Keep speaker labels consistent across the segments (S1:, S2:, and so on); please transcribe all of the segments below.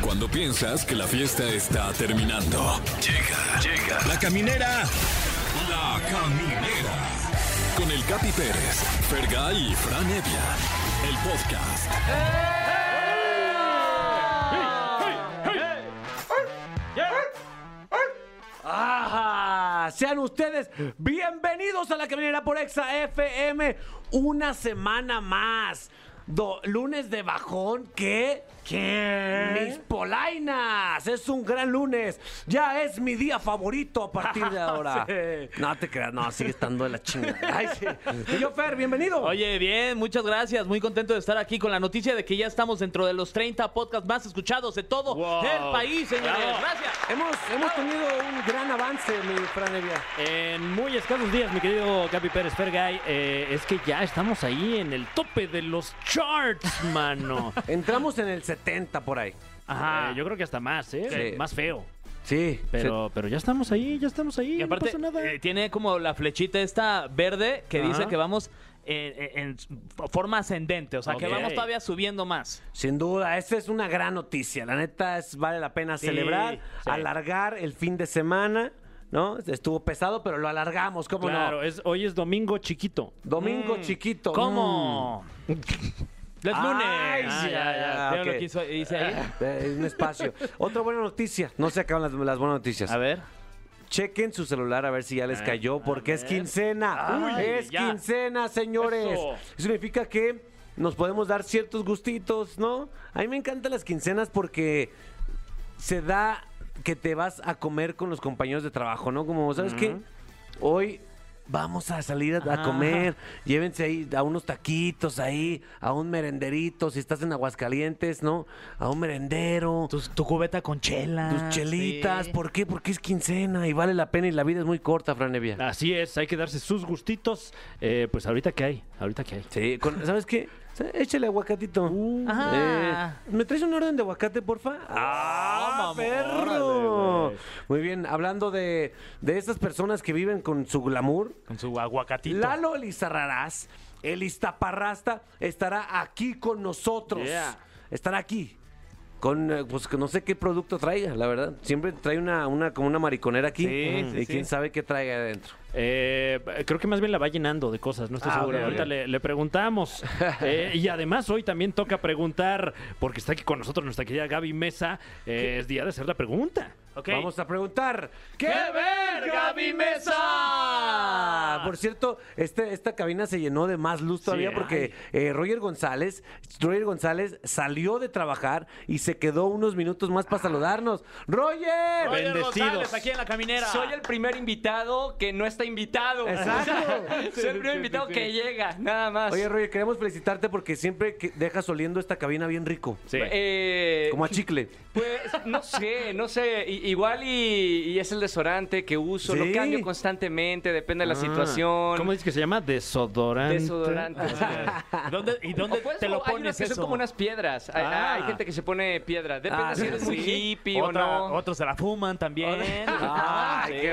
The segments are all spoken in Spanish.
S1: Cuando piensas que la fiesta está terminando. Llega, llega. La caminera. La caminera. Con el Capi Pérez, Fergay y Fran Evia. El podcast.
S2: Ajá. Sean ustedes bienvenidos a la caminera por Exa FM. Una semana más. Do- lunes de bajón que. ¿Qué? Mis polainas. Es un gran lunes. Ya es mi día favorito a partir de ahora. No te creas, no, sigue estando de la chingada. Ay, sí. Y yo, Fer, bienvenido.
S3: Oye, bien, muchas gracias. Muy contento de estar aquí con la noticia de que ya estamos dentro de los 30 podcasts más escuchados de todo
S4: Wow.
S3: el país, señores.
S4: Bravo.
S3: Gracias.
S2: Hemos, hemos tenido un gran avance, mi Fran Evia.
S4: En muy escasos días, mi querido Capi Pérez Fergay, eh, es que ya estamos ahí en el tope de los charts, mano.
S2: Entramos en el 70 por ahí.
S4: Ajá, yo creo que hasta más, ¿eh?
S2: Sí.
S4: Más feo.
S2: Sí,
S4: Pero, pero ya estamos ahí, ya estamos ahí,
S3: Y aparte,
S4: no pasa nada.
S3: eh, tiene como la flechita esta verde que dice
S4: Ajá.
S3: que vamos eh, en, en forma ascendente, o sea,
S4: Ok.
S3: que vamos todavía subiendo más.
S2: Sin duda, esta es una gran noticia. La neta es vale la pena
S4: Sí,
S2: celebrar,
S4: sí.
S2: alargar el fin de semana, ¿no? Estuvo pesado, pero lo alargamos, ¿cómo
S4: claro,
S2: no?
S4: es, hoy es domingo chiquito. Mm.
S2: Domingo
S3: Mm.
S2: chiquito. mm.
S3: ¿Cómo? Les
S2: Ay,
S3: lunes.
S2: sí, ya, ya,
S3: ¿Vieron
S2: ok.
S3: lo que hizo- hice ahí?
S2: Mm. Eh, Es un espacio. Otra buena noticia. No se acaban las, las buenas noticias.
S3: A ver.
S2: Chequen su celular a ver si ya les
S4: Ay,
S2: cayó,
S4: Ah, a
S2: porque es
S4: ver.
S2: quincena.
S4: Ay,
S2: es
S4: ya.
S2: quincena, señores.
S4: Eso.
S2: Eso significa que nos podemos dar ciertos gustitos, ¿no? A mí me encantan las quincenas porque se da que te vas a comer con los compañeros de trabajo, ¿no? Como, ¿sabes qué? Hoy vamos a salir a, a
S3: Ah.
S2: comer, llévense ahí a unos taquitos ahí, a un merenderito, si estás en Aguascalientes, ¿no? A un merendero.
S3: Tu, tu cubeta con chelas.
S2: Tus chelitas,
S3: Ah, sí.
S2: ¿por qué? Porque es quincena y vale la pena y la vida es muy corta, Franevia.
S4: Así es, hay que darse sus gustitos. Eh, pues ahorita que hay, ahorita que hay.
S2: Sí, con- ¿sabes qué? Échale aguacatito.
S3: Ajá.
S2: Eh, ¿Me traes un orden de aguacate, porfa? ¡Ah,
S3: mamón!
S2: perro! Muy bien, hablando de, de estas personas que viven con su glamour,
S3: Con su aguacatito.
S2: Lalo Lizarrarás, el Iztaparrasta, estará aquí con nosotros.
S4: Yeah.
S2: Estará aquí. Con, eh, pues que no sé qué producto traiga, la verdad. Siempre trae una, una como una mariconera aquí.
S3: Sí, sí,
S2: y quién
S3: sí.
S2: sabe qué traiga adentro.
S4: Eh, creo que más bien la va llenando de cosas, no estoy
S2: Ah,
S4: seguro.
S2: ok,
S4: Ahorita
S2: ok.
S4: Le, le preguntamos. Eh, y además hoy también toca preguntar, porque está aquí con nosotros nuestra querida Gaby Mesa, eh, es día de hacer la pregunta.
S3: Ok.
S2: Vamos a preguntar.
S3: ¡Qué ver, Gaby Mesa!
S2: Por cierto, este, esta cabina se llenó de más luz todavía
S4: Sí,
S2: porque eh, Roger González, Roger González salió de trabajar y se quedó unos minutos más
S3: Ah.
S2: para saludarnos. ¡Roger!
S3: Roger
S4: Bendecidos.
S3: González, aquí en la caminera.
S5: Soy el primer invitado que no está invitado.
S2: Exacto.
S5: Soy el primer invitado que llega, nada más.
S2: Oye, Roger, queremos felicitarte porque siempre que dejas oliendo esta cabina bien rico.
S4: Sí.
S5: Eh,
S2: Como a chicle.
S5: Pues no sé, no sé. I- igual y, y es el desodorante que uso,
S2: Sí.
S5: lo cambio constantemente, depende de la
S2: Ah,
S5: situación.
S4: ¿Cómo dices que se llama? Desodorante.
S5: Desodorante.
S2: Ah.
S3: ¿Dónde, ¿Y dónde
S5: O puedes-
S3: te lo
S5: hay unas
S3: pones
S5: que
S3: eso?
S5: son como unas piedras. Hay,
S4: Ah.
S5: hay gente que se pone piedra. Depende
S2: Ah,
S5: si eres muy
S3: Sí.
S5: hippie
S3: Otra-
S5: o no. Ah,
S3: Otros se la fuman también.
S2: Ay, qué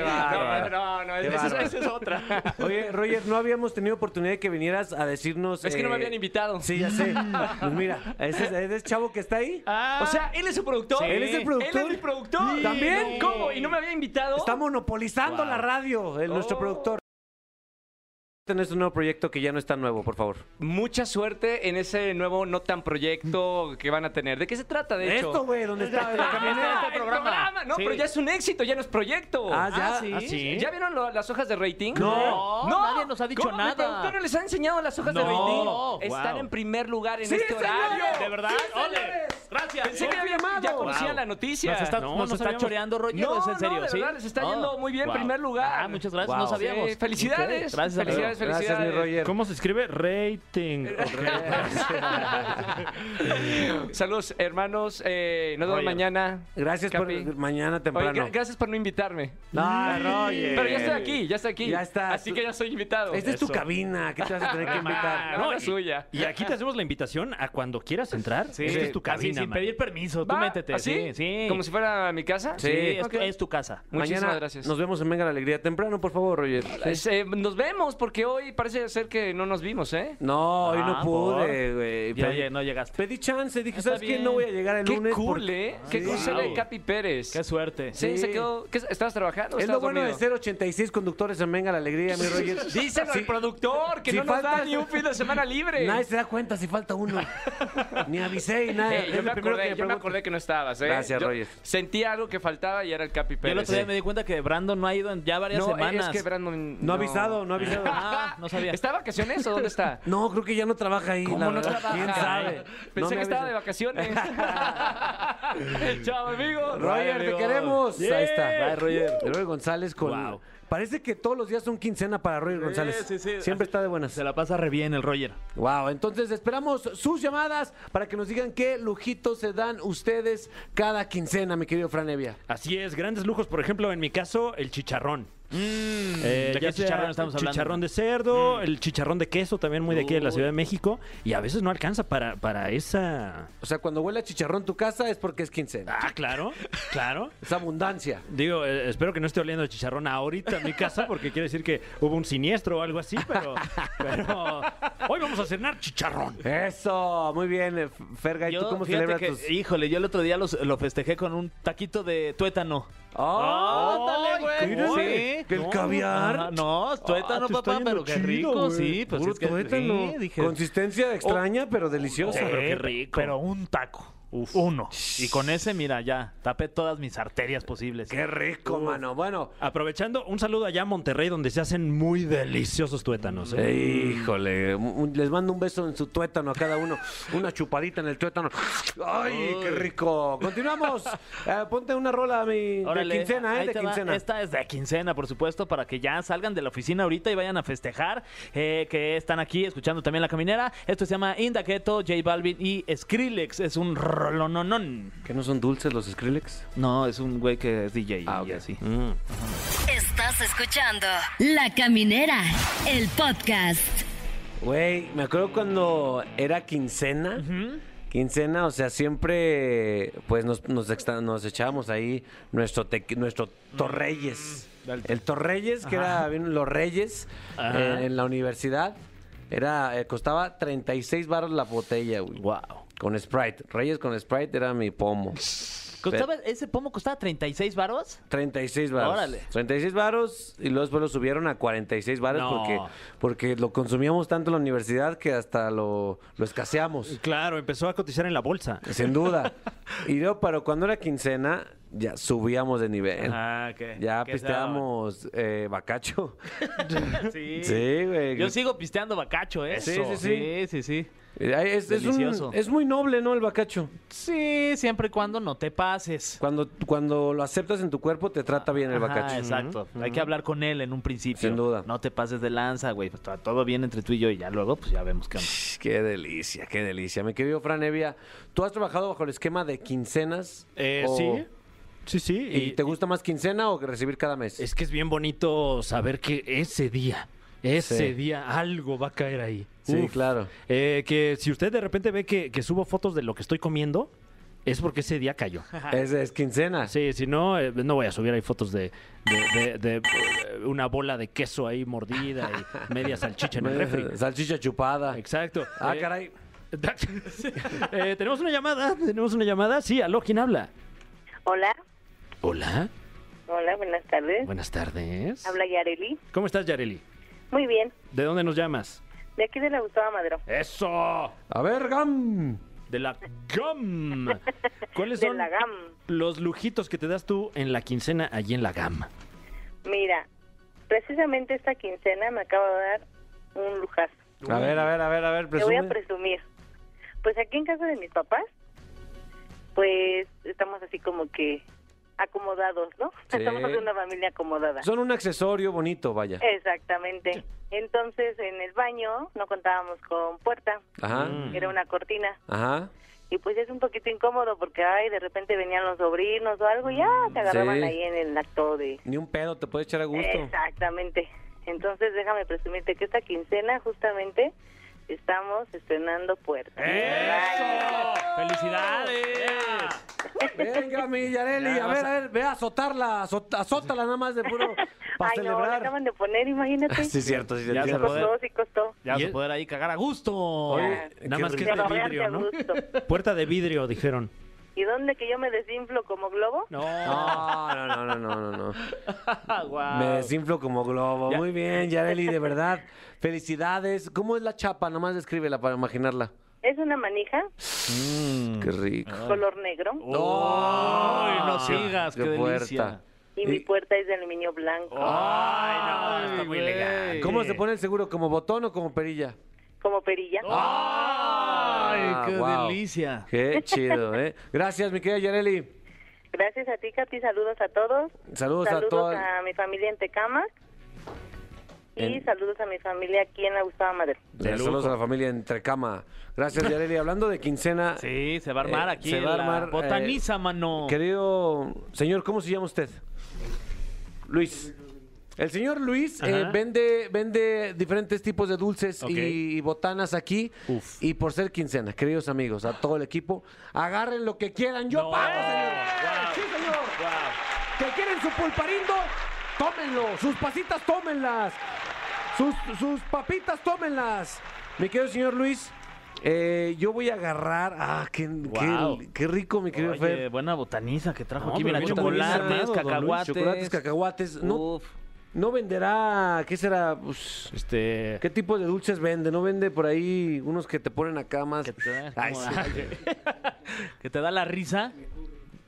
S5: No,
S2: bárbaro.
S5: pues, no, no,
S2: Qué
S5: esa-
S2: bárbaro.
S5: esa es otra.
S2: Oye, Roger, no habíamos tenido oportunidad de que vinieras a decirnos. eh,
S5: Es que no me habían invitado.
S2: Sí, ya sé. Pues mira, ese, ese chavo que está ahí.
S5: O sea, él es su productor.
S2: Sí. Él es el productor.
S5: Él es mi productor.
S2: ¿También?
S5: ¿Cómo? ¿Y no me había invitado?
S2: Está monopolizando la radio, el, nuestro
S5: Oh.
S2: productor. Tenés un nuevo proyecto que ya no está nuevo, por favor.
S5: Mucha suerte en ese nuevo no tan proyecto que van a tener. ¿De qué se trata, de hecho?
S2: Esto, güey, ¿dónde está?
S5: Ah, el programa. No,
S4: Sí.
S5: pero ya es un éxito, ya no es proyecto.
S2: Ah, ya.
S4: ¿Ah, sí?
S5: ¿Ya vieron lo- las hojas de rating?
S2: No.
S3: No, nadie nos ha dicho
S5: ¿Cómo? Mi
S3: nada.
S5: productor no les ha enseñado las hojas de
S4: No.
S5: rating?
S4: Wow.
S5: Están en primer lugar en
S2: Sí,
S5: este
S2: señores.
S5: horario.
S4: ¿De verdad? ¡Ole!
S3: Gracias.
S5: Pensé que había
S2: Confirmado.
S5: ya conocían
S4: Wow.
S5: la noticia.
S3: Nos está,
S4: No,
S3: nos
S4: no
S3: está
S4: sabíamos.
S3: choreando, Roger,
S5: No,
S3: ¿o es en
S5: no,
S3: serio,
S5: de
S3: ¿sí? Oh.
S5: verdad, les está yendo muy bien, primer lugar.
S3: Ah, muchas gracias,
S2: Wow.
S3: no sabíamos.
S5: Sí, felicidades.
S3: Ok, Gracias, amigo.
S5: felicidades, felicidades.
S2: Gracias, mi Roger.
S4: ¿Cómo se escribe? Rating.
S5: Eh, Saludos, hermanos. Eh, nos vemos
S4: Roger.
S5: mañana.
S2: Gracias
S5: Capi.
S2: por mañana
S5: Oye,
S2: temprano.
S5: gra- gracias por no invitarme.
S2: no, Roger.
S5: Pero ya estoy aquí, ya estoy aquí.
S2: Eh, Ya estás. Este
S5: Así que ya soy invitado.
S2: Esta es tu
S4: Eso.
S2: cabina, que te vas a tener que invitar.
S5: No,
S4: No,
S5: la
S4: y-
S5: suya.
S4: Y aquí te hacemos la invitación a cuando quieras entrar.
S5: Sí.
S4: Esta es tu
S5: Así,
S4: cabina,
S5: sin
S3: pedir permiso. Tú
S5: ¿Va?
S3: métete.
S5: ¿Así?
S3: Sí, sí.
S5: ¿Como si fuera mi casa?
S3: Sí, es,
S5: Ok.
S3: es tu casa.
S5: Muchísimas
S2: Mañana
S5: gracias.
S2: nos vemos en Venga la Alegría temprano, por favor, Roger.
S5: Pues, eh, nos vemos, porque hoy parece ser que no nos vimos, ¿eh?
S2: No, hoy no
S3: Ah,
S2: pude, güey.
S3: Ya,
S2: Pedí-
S3: ya, no llegaste.
S2: Pedí chance, dije,
S3: Está
S2: ¿sabes qué?
S3: bien.
S2: No voy a llegar el
S5: Qué
S2: lunes.
S5: cool,
S2: porque-
S5: ¿eh? Qué
S2: Sí.
S5: cool ser el
S3: Wow.
S5: Capi Pérez.
S3: Qué suerte.
S5: Sí,
S2: Sí.
S5: se quedó. ¿qué- ¿Estabas trabajando? o
S2: Es lo
S5: estabas
S2: bueno de
S5: dormido?
S2: ser 86 conductores en Venga la Alegría, mi Roger.
S5: Díselo
S2: Sí.
S5: al productor que
S2: Si
S5: no nos da
S2: faltas-
S5: ni un fin de semana libre.
S2: Nadie se da cuenta si falta uno. Ni avisé y nada.
S5: Eh,
S2: Es
S5: yo,
S2: lo
S5: me
S2: primero
S5: acordé,
S2: que
S5: yo me
S2: pregunto.
S5: acordé que no estabas, ¿eh?
S2: Gracias,
S5: Yo
S2: Roger.
S5: Sentí algo que faltaba y era el Capi
S3: Yo el
S5: Pérez.
S3: otro día
S5: Sí.
S3: me di cuenta que Brandon no ha ido en ya varias
S5: no,
S3: semanas.
S5: es que Brandon...
S2: No ha avisado, no ha avisado.
S3: Ah, no sabía.
S5: ¿Está de vacaciones o dónde está?
S2: No, creo que ya no trabaja ahí.
S5: ¿Cómo
S2: la
S5: no
S2: verdad.
S5: trabaja?
S2: ¿Quién sabe?
S5: Pensé
S2: No me
S5: que estaba de
S2: avisa.
S5: vacaciones. Chao, amigos.
S2: Roger, te
S3: amigos.
S2: queremos.
S3: Yeah.
S2: Ahí está. Bye, Roger. Roger González con.
S3: Wow.
S2: Parece que todos los días son quincena para Roger González.
S3: sí, sí.
S2: Siempre está de buenas.
S3: Se la pasa re bien el Roger.
S2: Wow, entonces esperamos sus llamadas para que nos digan qué lujitos se dan ustedes cada quincena, mi querido Fran Evia.
S4: Así es, grandes lujos. Por ejemplo, en mi caso, el chicharrón. Eh,
S3: Mm, ¿de
S4: ya
S3: qué
S4: sea
S3: chicharrón estamos hablando? Mm.
S4: Chicharrón de cerdo, el chicharrón de queso, también muy de aquí de la Ciudad de México. Y a veces no alcanza para, para esa.
S2: O sea, cuando huele a chicharrón tu casa es porque es quincena.
S4: Ah, claro, claro.
S2: Es abundancia.
S4: Digo, eh, espero que no esté oliendo chicharrón ahorita en mi casa, porque quiere decir que hubo un siniestro o algo así, pero, pero hoy vamos a cenar chicharrón.
S2: Eso, muy bien, eh, Ferga. ¿Y tú cómo
S3: fíjate
S2: celebras
S3: que-
S2: tus.?
S3: Híjole, yo el otro día los- lo festejé con un taquito de tuétano.
S2: ¡Oh!
S3: ¡Ándale,
S2: ¡Ay,
S3: güey!
S2: que el caviar.
S3: ajá, No, es tuétano,
S4: Ah, te está
S3: papá,
S4: yendo
S3: pero qué
S4: chido,
S3: rico,
S4: güey.
S3: sí. Pues
S2: Puro
S3: es que,
S2: tuétano.
S3: sí, dije, Oh,
S2: Consistencia extraña, pero deliciosa.
S3: sí,
S4: pero qué rico.
S3: Pero un taco. Uno. Y con ese, mira, ya, tapé todas mis arterias posibles.
S2: Qué rico, mano. Bueno.
S4: Aprovechando, un saludo allá a Monterrey, donde se hacen muy deliciosos tuétanos. ¿eh?
S2: Híjole,
S3: Mm.
S2: un- les mando un beso en su tuétano a cada uno, una chupadita en el tuétano. ¡Ay, qué rico! Continuamos. Eh, ponte una rola, mi
S3: Órale,
S2: de quincena,
S3: ahí
S2: ¿eh? De
S3: te va.
S2: quincena.
S3: Esta es de quincena, por supuesto, para que ya salgan de la oficina ahorita y vayan a festejar eh, que están aquí escuchando también La Caminera. Esto se llama Indaqueto, J Balvin y Skrillex. Es un rolononón.
S2: ¿Que no son dulces los Skrillex?
S3: No, es un güey que es DJ
S2: Ah,
S3: y
S2: ok.
S3: así.
S1: Estás escuchando La Caminera, el podcast.
S2: Güey, me acuerdo cuando era quincena. Quincena, o sea, siempre pues nos, nos, extra- nos echábamos ahí nuestro te- nuestro Torreyes.
S4: Mm,
S2: El Torreyes, que era bien, los Reyes
S4: Ajá.
S2: eh, en la universidad, era eh, costaba 36 baros la botella, güey.
S4: Wow.
S2: Con Sprite. Reyes con Sprite era mi pomo.
S3: ¿Costaba, ¿Ese pomo costaba 36 varos?
S2: 36 varos.
S3: Órale.
S2: 36 varos y luego después lo subieron a 46 varos
S4: No.
S2: porque, porque lo consumíamos tanto en la universidad que hasta lo, lo escaseamos.
S4: Claro, empezó a cotizar en la bolsa.
S2: Sin duda. Y luego, pero cuando era quincena, ya subíamos de nivel.
S3: Ah, ok.
S2: Ya
S3: Que
S2: pisteábamos eh, bacacho.
S3: sea- Sí.
S2: Sí, güey.
S3: Yo sigo pisteando bacacho, ¿eh?
S2: Sí, sí, sí.
S3: sí. Sí, sí.
S2: Eh, Es, es un-
S3: Delicioso.
S2: es muy noble, ¿no? El bacacho.
S3: Sí, siempre y cuando no te pases.
S2: Cuando, cuando lo aceptas en tu cuerpo, te trata bien el
S3: Ajá,
S2: bacacho.
S3: exacto. Hay que hablar con él en un principio.
S2: Sin duda.
S3: No te pases de lanza, güey. Pues, está todo bien entre tú y yo y ya luego pues ya vemos qué onda.
S2: Sh, Qué delicia, qué delicia. Mi querido Fran Evia, ¿tú has trabajado bajo el esquema de quincenas?
S4: Eh,
S2: O-
S4: Sí, sí, sí.
S2: ¿Y te gusta más quincena o que recibir cada mes?
S4: Es que es bien bonito saber que ese día, ese
S2: Sí.
S4: día algo va a caer ahí.
S2: Sí,
S4: Uf.
S2: claro.
S4: Eh, que si usted de repente ve que, que subo fotos de lo que estoy comiendo, es porque ese día cayó.
S2: Es, es quincena.
S4: Sí, si no, eh, no voy a subir ahí fotos de, de- de- de, eh, una bola de queso ahí mordida y media salchicha en el refri.
S2: Salchicha chupada.
S4: Exacto.
S2: Ah,
S4: Eh,
S2: caray.
S4: eh, tenemos una llamada, tenemos una llamada. Sí, aló, ¿quién habla?
S6: Hola,
S4: Hola,
S6: hola, buenas tardes.
S4: buenas tardes.
S6: Habla Yareli.
S4: ¿Cómo estás, Yareli?
S6: Muy bien,
S4: ¿De dónde nos llamas?
S6: de aquí de la Gustavo Madero.
S4: ¡Eso!
S2: A ver, Gam.
S4: De la GAM.
S2: Pues
S4: ¿Cuáles
S6: De
S4: son
S6: la GAM.
S4: los lujitos que te das tú en la quincena allí en la GAM?
S6: Mira, precisamente esta quincena me acabo de dar un lujazo.
S2: A ver, a ver, a ver, a ver,
S6: Te voy a
S2: presume.
S6: presumir. Pues aquí en casa de mis papás, pues estamos así como que acomodados, ¿no?
S2: Sí.
S6: Estamos de una familia acomodada.
S2: Son un accesorio bonito, vaya.
S6: Eh. Exactamente. Entonces en el baño no contábamos con puerta,
S2: Ajá.
S3: Mm.
S6: era una cortina.
S2: Ajá.
S6: Y pues es un poquito incómodo porque, ay, de repente venían los sobrinos o algo y ya te agarraban
S2: Mm, Sí.
S6: ahí en el acto de...
S2: Ni un pedo te puede echar a gusto.
S6: Exactamente. Entonces déjame presumirte que esta quincena justamente
S7: Estamos estrenando puertas.
S3: ¡Felicidades!
S2: Venga, mi Yareli, a ver, a ver, ve a azotarla, azot- azótala nada más de puro para
S7: Ay, no, le
S2: celebrar.
S7: acaban de poner, imagínate.
S2: Sí, cierto, sí,
S3: Ya
S2: cierto.
S3: se rodea.
S7: Costó, sí costó.
S3: Ya vas
S4: Y
S3: a
S4: es-
S3: poder ahí cagar a gusto.
S4: Oye,
S7: Ah,
S4: nada más que
S7: Pero
S4: es de
S7: véanse
S4: vidrio,
S7: a
S4: ¿no?
S7: gusto.
S4: Puerta de vidrio, dijeron.
S7: ¿Y dónde que yo me desinflo como globo?
S2: No, no, no, no, no, no, no.
S3: Guau.
S2: Me desinflo como globo.
S3: Ya.
S2: Muy bien, Yareli, de verdad. Felicidades. ¿Cómo es la chapa? Nomás descríbela para imaginarla.
S7: Es una manija,
S2: Qué rico.
S7: color negro,
S2: Oh.
S3: ¡Ay, no
S2: Ah,
S3: sigas! ¡Qué,
S2: qué
S3: delicia!
S2: puerta.
S7: y mi puerta es de aluminio blanco,
S2: Oh.
S3: ¡Ay, no! Está
S4: Ay,
S3: muy
S4: güey.
S3: legal.
S2: ¿Cómo se pone el seguro? ¿Como botón o como perilla?
S7: como perilla.
S2: Oh.
S3: ¡Ay,
S2: Ah,
S3: qué
S2: wow.
S3: delicia!
S2: Qué chido, ¿eh? Gracias, mi querida Yareli.
S7: Gracias a ti, Katy. Saludos a todos.
S2: Saludos a toda-
S7: a mi familia en Tecámac. Y
S2: En-
S7: saludos a mi familia aquí en la Gustavo Madero.
S2: Eh, Saludos a la familia entre cama. Gracias, Yareli. Hablando de quincena.
S3: Sí, se va a armar
S2: eh,
S3: aquí.
S2: se va a
S3: la
S2: armar, eh,
S3: Botaniza, mano.
S2: Querido señor, ¿cómo se llama usted? Luis. El señor Luis eh,
S4: Ajá.
S2: vende, vende diferentes tipos de dulces
S4: Ok.
S2: y botanas aquí.
S4: Uf.
S2: Y por ser quincena, queridos amigos, a todo el equipo, agarren lo que quieran. Yo
S3: No.
S2: pago, señor.
S3: Wow.
S2: Sí, señor.
S3: Wow.
S2: ¿Que quieren su pulparindo? Tómenlo. Sus pasitas, tómenlas. Sus, sus papitas, tómenlas. Mi querido señor Luis, eh, yo voy a agarrar. Ah, qué, qué-
S3: Guau.
S2: qué rico, mi querido
S3: Oye,
S2: Fer.
S3: buena botaniza que trajo
S4: No,
S3: aquí.
S4: pero
S3: Mira,
S4: viene muy bien
S3: chocolates,
S4: armado, don Luis.
S3: cacahuates. Oh.
S2: Chocolates, cacahuates. No,
S3: Uf.
S2: no venderá. ¿Qué será? Pues,
S4: Este.
S2: ¿Qué tipo de dulces vende? ¿No vende por ahí unos que te ponen acá más?
S3: Que te, da-
S2: Ay,
S3: como-
S2: sí.
S3: que te da la risa.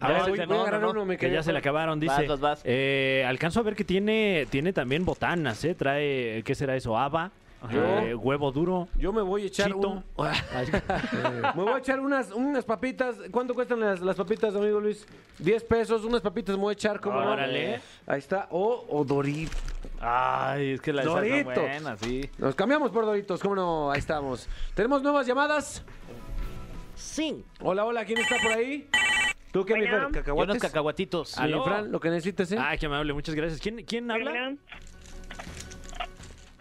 S4: A
S3: Ya
S4: ver,
S3: se-
S4: voy-
S3: no,
S2: voy a
S3: no,
S2: agarrar
S3: no.
S2: uno, mi
S4: Que ya
S2: querido
S4: se le
S2: Fer.
S4: acabaron, dice.
S3: Vas, vas, vas.
S4: Eh, alcanzo a ver que tiene, tiene también botanas, ¿eh? Trae, ¿qué será eso? Haba,
S2: Ajá.
S4: eh, huevo duro.
S2: Yo me voy a echar
S4: Chito.
S2: un-
S3: Eh.
S2: me voy a echar unas, unas papitas. ¿Cuánto cuestan las, las papitas, amigo Luis? 10 pesos, unas papitas me voy a echar. ¿cómo no?
S4: Órale.
S2: Ahí está. O, o Doritos.
S3: Ay, es que la esas son
S2: Doritos.
S3: buenas, sí.
S2: Nos cambiamos por Doritos, ¿cómo no? Ahí estamos. ¿Tenemos nuevas llamadas? Sí. Hola, hola, ¿quién está por ahí? ¿Tú qué, mi
S7: Bueno.
S2: Fer?
S3: Y unos
S2: ¿Cacahuates?
S3: cacahuatitos.
S2: Mi
S4: ¿Aló?
S2: Fran, lo que necesites, ¿eh?
S4: Ay, qué amable, muchas gracias. ¿Quién, quién habla?
S7: Bueno,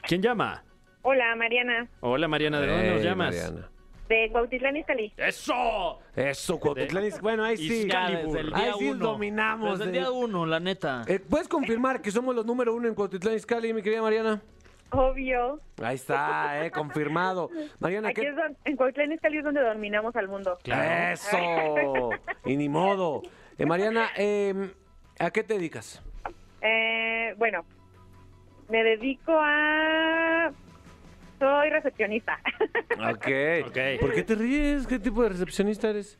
S4: ¿Quién llama?
S7: Hola, Mariana,
S4: Hola, Mariana, ¿de dónde nos
S2: Ey,
S4: llamas?
S2: Mariana.
S7: de Cuautitlán, Izcalli.
S4: ¡Eso!
S2: Eso, Cuautitlán. Izc- Bueno, ahí sí.
S3: Ya, desde el día
S2: ahí sí
S3: uno.
S2: dominamos.
S3: Desde el
S2: de-
S3: día uno, la neta.
S2: Eh, ¿Puedes confirmar que somos los número uno en Cuautitlán Izcalli, mi querida Mariana?
S7: Obvio.
S2: Ahí está, eh, confirmado. Mariana,
S7: Aquí
S2: ¿qué?
S7: es don- en Cuautitlán, Izcalli es donde dominamos al mundo.
S4: Claro.
S2: Eso. Y ni modo. Eh, Mariana, eh, ¿a qué te dedicas?
S7: Eh, bueno, me dedico a... Soy recepcionista.
S2: Ok.
S4: Ok.
S2: ¿Por qué te ríes? ¿Qué tipo de recepcionista eres?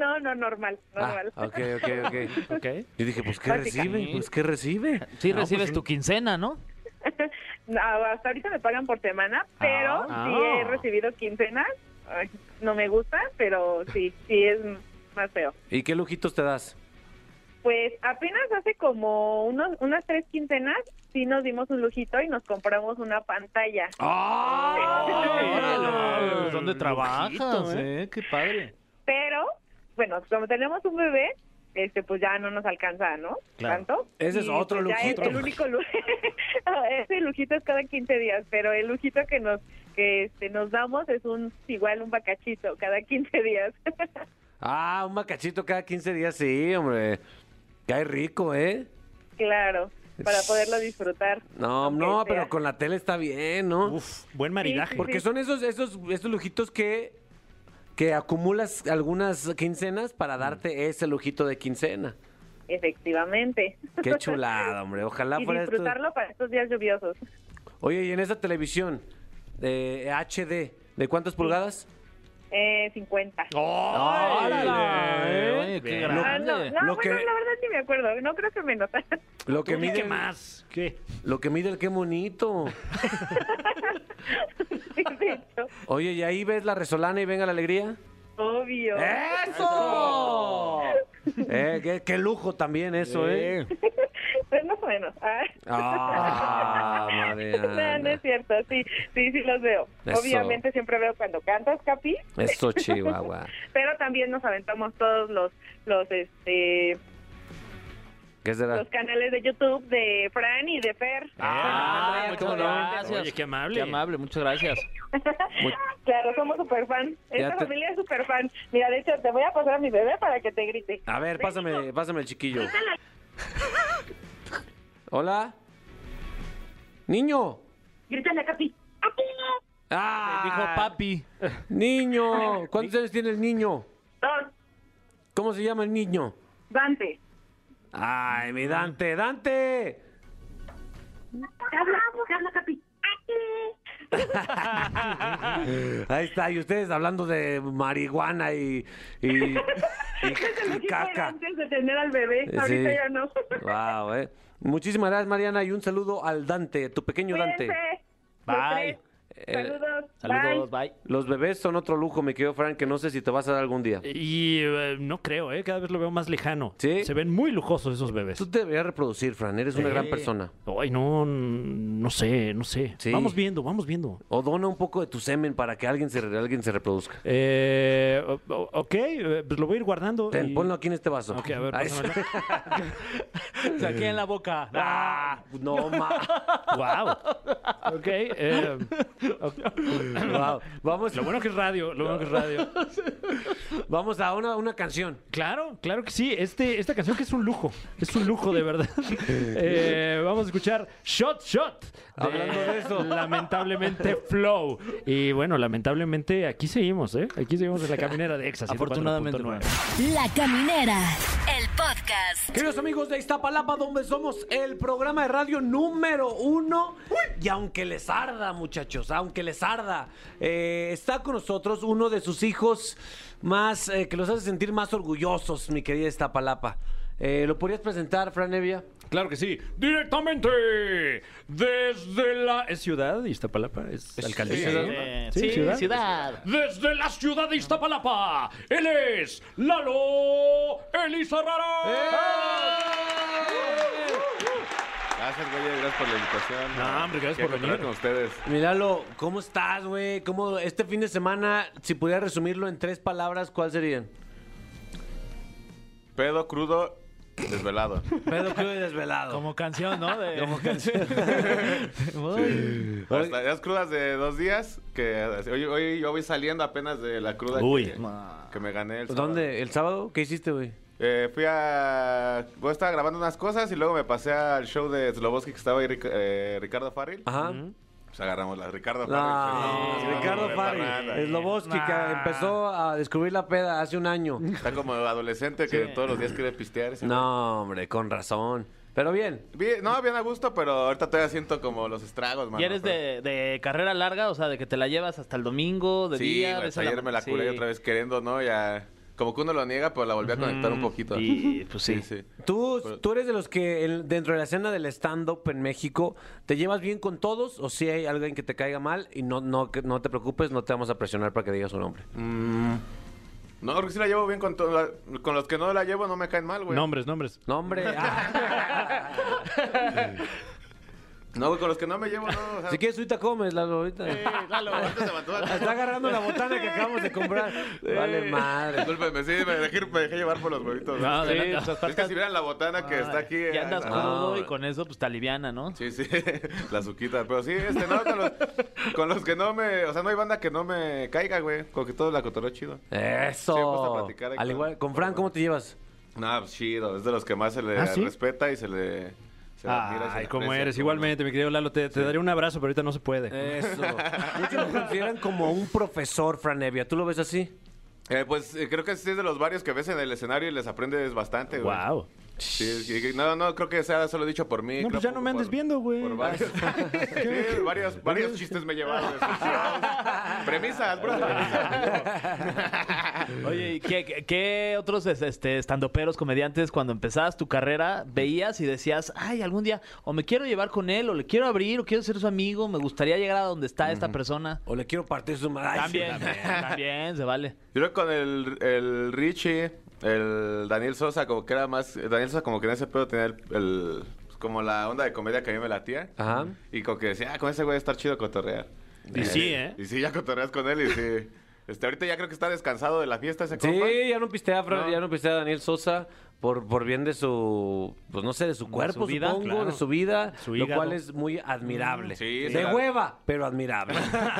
S7: no, no, normal,
S2: Ah,
S7: normal.
S2: ok, ok, ok.
S4: Ok.
S2: Yo dije, pues ¿qué
S7: Práctica.
S2: recibe? Pues ¿qué recibe?
S3: pues Sí recibes tu quincena, ¿no?
S7: No, hasta ahorita me pagan por semana, pero
S4: Ah.
S7: sí he recibido quincenas. Ay, No me gusta, pero sí, sí es más feo.
S2: ¿Y qué lujitos te das?
S7: Pues apenas hace como unos, unas tres quincenas, sí nos dimos un lujito y nos compramos una pantalla.
S2: ¡Ah!
S3: Órale, Pues, ¿Dónde
S4: Lujito,
S3: trabajas?
S4: ¿eh?
S3: eh? Qué padre.
S7: Pero, bueno, como tenemos un bebé, este pues ya no nos alcanza, ¿no?
S4: Claro.
S7: Tanto.
S2: Ese es
S7: Y,
S2: otro
S7: pues, ya
S2: lujito.
S7: El, el único lu- Ese lujito es cada 15 días, pero el lujito que nos que este, nos damos es un igual un bacachito cada 15 días.
S2: Ah, un macachito cada 15 días, sí, hombre. Cae rico, ¿eh?
S7: claro, para poderlo disfrutar.
S2: No,
S7: aunque
S2: no,
S7: sea.
S2: pero con la tele está bien, ¿no?
S4: Uf, buen maridaje.
S7: Sí,
S2: Porque son esos, esos, esos lujitos que, que acumulas algunas quincenas para darte ese lujito de quincena.
S7: Efectivamente.
S2: Qué chulada, hombre. Ojalá
S7: y
S2: fuera esto.
S7: disfrutarlo para estos días lluviosos.
S2: Oye, y en esa televisión de HD, ¿de cuántas pulgadas?
S7: Eh, 50.
S2: ¡Órale!
S3: Órale, oye, qué
S4: Bien.
S7: Ah, no,
S3: grande.
S7: no,
S2: Lo
S7: bueno,
S2: que-
S7: la verdad ni me acuerdo. No creo que menos.
S2: Lo que
S4: ¿Qué,
S2: mide
S4: más? ¿Qué?
S2: Lo que mide el qué bonito.
S7: Sí, de hecho,
S2: Oye, y ahí ves la resolana y venga la alegría.
S7: obvio.
S2: ¡Eso! Eh, qué, qué lujo también eso, ¿eh?
S7: Pues más o menos. Ah.
S2: Ah, Mariana.
S7: No, no es cierto, sí, sí, sí los veo.
S2: Eso.
S7: Obviamente siempre veo cuando cantas, Capi,
S2: Eso, Chihuahua.
S7: pero también nos aventamos todos los, los, este,
S2: ¿Qué es de edad?
S7: los canales de YouTube de Fran y de Fer.
S5: Ah,
S3: Ah, muchas
S5: ¿cómo no?
S3: gracias.
S4: Oye, qué amable.
S3: Qué amable, muchas gracias.
S7: Claro, somos super fan.
S2: Ya
S7: Esta
S2: te-
S7: familia es super fan. Mira, de hecho, te voy a pasar a mi bebé para que te grite.
S2: A ver, pásame, pásame el chiquillo.
S7: Pásala.
S2: Hola. Niño.
S7: Grítale, Capi. ¡Capi!
S2: Ah,
S3: Dijo papi.
S2: Niño. ¿Cuántos años tiene el niño?
S7: Dos.
S2: ¿Cómo se llama el niño?
S7: Dante.
S2: Ay, mi Dante, Dante.
S7: ¿Qué habla? ¿Qué habla, Capi? ¡Aquí!
S2: Ahí está, y ustedes hablando de marihuana y, y, y- y caca.
S7: antes de tener al bebé. Ahorita ya no.
S2: Wow, eh. Muchísimas gracias, Mariana, y un saludo al Dante, tu pequeño Dante.
S7: Cuídense.
S3: Bye.
S7: Los tres.
S2: Eh,
S7: Saludos.
S3: Saludos, bye.
S2: Los bebés son otro lujo, me querido Frank, que no sé si te vas a dar algún día.
S4: Y eh, no creo, ¿eh? Cada vez lo veo más lejano.
S2: ¿Sí?
S4: Se ven muy lujosos esos bebés.
S2: Tú te deberías reproducir, Fran, eres una gran persona.
S4: Ay, no, n- no sé, no sé.
S2: Sí.
S4: Vamos viendo, vamos viendo.
S2: O dona un poco de tu semen para que alguien se, alguien se reproduzca.
S4: Eh, o- o- ok, eh, pues lo voy a ir guardando.
S2: Ten,
S4: y-
S2: ponlo aquí en este vaso.
S4: Ok, a ver,
S2: Ahí está.
S4: pásamelo.
S3: O sea, aquí en la boca.
S2: Ah, no más.
S4: wow. Ok. eh,
S2: Vamos,
S4: lo bueno que es radio, lo bueno que es radio.
S2: vamos a una, una canción.
S4: Claro, claro que sí. Este, esta canción que es un lujo. Es un lujo, de verdad. Eh, vamos a escuchar Shot Shot.
S2: Hablando de eso.
S4: Lamentablemente Flow. Y bueno, lamentablemente aquí seguimos, ¿eh? Aquí seguimos en la caminera de Exa.
S3: Afortunadamente,
S4: 104.9.
S8: La Caminera, el podcast.
S6: Queridos amigos de Iztapalapa, donde somos el programa de radio número uno. Y aunque les arda, muchachos, aunque les arda, eh, está con nosotros uno de sus hijos más eh, que los hace sentir más orgullosos, mi querida Iztapalapa. Eh, ¿Lo podrías presentar, Fran Evia?
S4: Claro que sí. Directamente desde la... ¿Es ciudad de Iztapalapa? ¿Es alcaldía?
S5: ciudad,
S4: ¿no?
S3: Sí, ciudad.
S4: Desde la ciudad de Iztapalapa, él es Lalo Elizarrara.
S9: Gracias, güey, gracias por la invitación.
S4: No, hombre, gracias
S9: Qué
S4: por
S9: cotorreo
S4: venir.
S9: con ustedes.
S2: Míralo, ¿cómo estás, güey? ¿Cómo este fin de semana, si pudiera resumirlo en tres palabras, ¿cuál serían?
S9: Pedo crudo, desvelado.
S2: Pedo crudo y desvelado.
S3: Como canción, ¿no? De... Como canción.
S9: Hasta las crudas de dos días, que hoy, hoy yo voy saliendo apenas de la cruda
S4: Uy.
S9: que, que me gané el sábado.
S2: ¿Dónde? ¿El sábado? ¿Qué hiciste, güey?
S9: Eh, fui a... Yo estaba grabando unas cosas y luego me pasé al show de Sloboski que estaba ahí Ric- eh, Ricardo Farril.
S2: Ajá.
S9: Pues agarramos la Ricardo
S2: No,
S9: Farril. Sí, no,
S2: Ricardo
S9: no,
S2: Farri,
S9: Fernanda.
S2: Sloboski, que empezó a descubrir la peda hace un año.
S9: Está como adolescente que todos los días quiere pistear. ese
S2: No, hombre, con razón. Pero bien,
S9: Bien- no, bien a gusto, pero ahorita todavía siento como los estragos, mano.
S3: ¿Y eres
S9: pero-
S3: de, de carrera larga? O sea, de que te la llevas hasta el domingo, de
S9: Sí,
S3: día.
S9: güey,
S3: ves a
S9: ayer me la curé
S3: sí.
S9: otra vez queriendo, ¿no? Ya... Como que uno lo niega, pero la volví a conectar un poquito.
S3: Y pues sí.
S2: ¿Tú,
S9: Pues
S2: tú eres de los que en- dentro de la escena del stand-up en México te llevas bien con todos o si hay alguien que te caiga mal y no, no, que- no te preocupes, no te vamos a presionar para que digas su nombre?
S9: No, creo que sí la llevo bien con to- la- Con los que no la llevo no me caen mal, güey.
S4: Nombres, nombres.
S2: Nombre.
S9: No, güey, con los que no me llevo, no. O sea,
S2: si quieres, ahorita comes, Lalo, ahorita.
S9: Sí, Lalo, ahorita se mató.
S2: Está agarrando la botana que acabamos de comprar. Vale, madre.
S9: Discúlpeme, sí, me dejé, me dejé llevar por los huevitos.
S4: No,
S9: es,
S4: adelante.
S9: que, es que si vieran la botana que está aquí. eh,
S3: Y andas
S9: la-
S3: crudo
S2: no.
S3: y con eso, pues te aliviana, ¿no?
S9: Sí, sí, la suquita. Pero sí, este, no, con los, con los que no me. O sea, no hay banda que no me caiga, güey. Con que todo la cotorreo chido. Sí, me gusta
S2: Eso.
S9: platicar ahí
S2: Al
S9: con-
S2: igual, con Fran, ¿cómo te llevas?
S9: No, pues, chido. Es de los que más se le
S4: ¿Ah, sí?
S9: respeta y se le. Se le admira y se le
S4: Ay, cómo
S9: aprecia,
S4: eres.
S9: ¿cómo
S4: Igualmente, mi querido Lalo, te, te daré un abrazo, pero ahorita no se puede.
S9: Eh,
S2: Eso. Muchos lo consideran como un profesor, Fran Evia. ¿Tú lo ves así?
S9: no. Eh, pues eh, creo que sí es de los varios que ves en el escenario y les aprendes bastante, güey.
S4: Wow.
S9: Sí, sí, no, no, creo que sea solo dicho por mí.
S4: No,
S9: creo
S4: pues ya
S9: por-
S4: no me andes
S9: por-
S4: viendo, güey.
S9: Por varios, sí, varios, varios chistes me llevaron. premisas, bro.
S3: Oye, ¿y qué, qué- qué otros es- este, estandoperos, comediantes, cuando empezabas tu carrera, veías y decías, ay, algún día o me quiero llevar con él, o le quiero abrir, o quiero ser su amigo, me gustaría llegar a donde está esta persona?
S2: ¿O le quiero partir su madre? Ay,
S3: También,
S2: sí,
S3: también, se vale.
S9: Yo creo que con el, el Richie, el Daniel Sosa, como que era más. Daniel Sosa, como que en ese pedo tenía el. el- pues, como la onda de comedia que a mí me latía.
S2: Ajá.
S9: Y como que decía, ah, con ese güey va a estar chido cotorrear.
S4: Y sí, ¿eh?
S9: Y sí, ya cotorreas con él y sí. Este, ahorita ya creo que está descansado de la fiesta ese compa.
S2: Sí, ya no pistea, Fran,
S9: No.
S2: ya no pistea a Daniel Sosa. por, por bien de su, pues no sé, de su cuerpo,
S4: su vida,
S2: supongo,
S4: claro.
S2: de su vida,
S4: Su
S2: lo
S4: hígado.
S2: cual es muy admirable.
S9: Mm, Sí,
S2: de
S9: se la-
S2: hueva, pero admirable.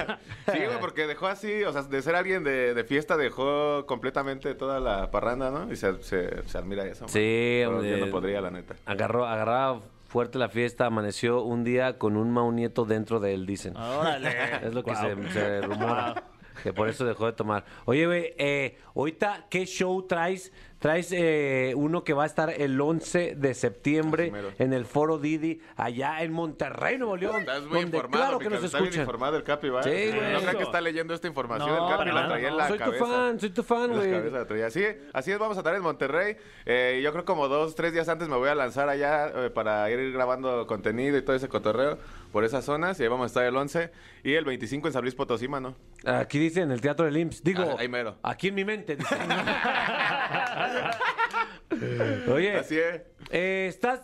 S9: Sí, güey, porque dejó así, o sea, de ser alguien de, de fiesta, dejó completamente toda la parranda, ¿no? Y se, se- se admira eso.
S2: Sí,
S9: Pero
S2: hombre.
S9: Yo no podría, la neta.
S2: Agarró, agarraba fuerte la fiesta, amaneció un día con un maunieto dentro de él, dicen.
S3: Órale.
S2: Es lo que
S3: Guau.
S2: se, se rumora. Que por eso dejó de tomar. Oye, güey, eh, ahorita, ¿qué show traes? Traes eh, uno que va a estar el 11 de septiembre
S9: Así mero.
S2: en el Foro Didi, allá en Monterrey, Nuevo León.
S9: Estás muy
S2: donde
S9: informado,
S2: claro
S9: mi
S2: que nos
S9: cabrón, está bien
S2: escuchan.
S9: informado el Capi, ¿va?
S2: Sí, güey.
S9: No creo que está leyendo esta información
S3: No,
S9: el Capi,
S3: para
S9: la
S3: nada,
S9: traía en
S3: no.
S9: la
S2: Soy tu
S9: cabeza.
S2: fan, soy tu fan,
S9: En la
S2: güey.
S9: cabeza la traía. Así, así es, vamos a estar en Monterrey. Eh, yo creo como dos, tres días antes me voy a lanzar allá eh, para ir grabando contenido y todo ese cotorreo por esas zonas. Y ahí vamos a estar el 11 y el 25 en San Luis Potosí, mano.
S2: Aquí dice en el Teatro del IMSS. Digo,
S9: Ah, ahí mero.
S2: aquí en mi mente. dice. Oye,
S9: Así es.
S2: eh, ¿estás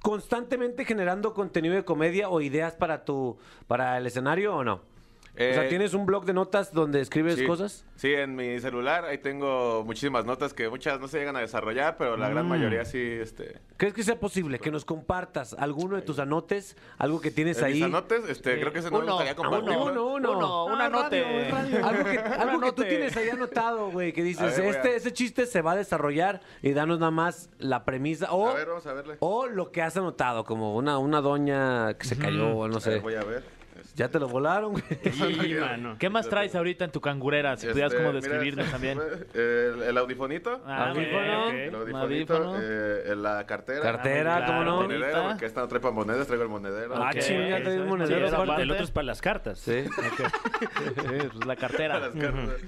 S2: constantemente generando contenido de comedia o ideas para tu para el escenario o no? o sea,
S9: Eh,
S2: ¿tienes un blog de notas donde escribes
S9: Sí.
S2: cosas?
S9: Sí, en mi celular ahí tengo muchísimas notas que muchas no se llegan a desarrollar, pero la gran mayoría sí, este...
S2: ¿Crees que sea posible que nos compartas alguno de tus anotes, algo que tienes
S9: En
S2: ahí?
S9: mis anotes, este, creo que ese no me
S3: Uno,
S9: gustaría
S3: uno,
S9: compartirlo.
S2: uno, uno.
S3: Uno, una note.
S2: Algo que, algo que tú
S3: Anote.
S2: tienes ahí anotado, güey, que
S9: A
S2: dices,
S9: ver, voy a-
S2: este, este chiste se va a desarrollar y danos nada más la premisa o,
S9: A ver, vamos a verle.
S2: o lo que has anotado, como una, una doña que se cayó o no
S9: A ver,
S2: sé.
S9: voy a ver. Este,
S2: Ya te lo volaron, güey.
S4: Sí, mano.
S3: ¿Qué más traes ahorita en tu cangurera? Si pudieras
S9: este,
S3: como
S9: mira,
S3: describirnos también.
S9: El, el audifonito.
S3: Ah,
S4: Audífono.
S3: ok.
S9: El
S3: Audífono.
S9: audifonito. eh, la cartera.
S2: Cartera,
S3: Ah,
S2: ¿cómo
S3: claro,
S2: no?
S9: El monedero,
S3: ahorita.
S9: porque esta no trae para monedas, traigo el monedero.
S2: Ah,
S3: Ok.
S2: chinga, te di un monedero
S4: Sí, esa
S3: aparte.
S4: parte, el otro es para las cartas.
S2: Sí.
S3: Sí, pues la cartera.
S9: Las cartas.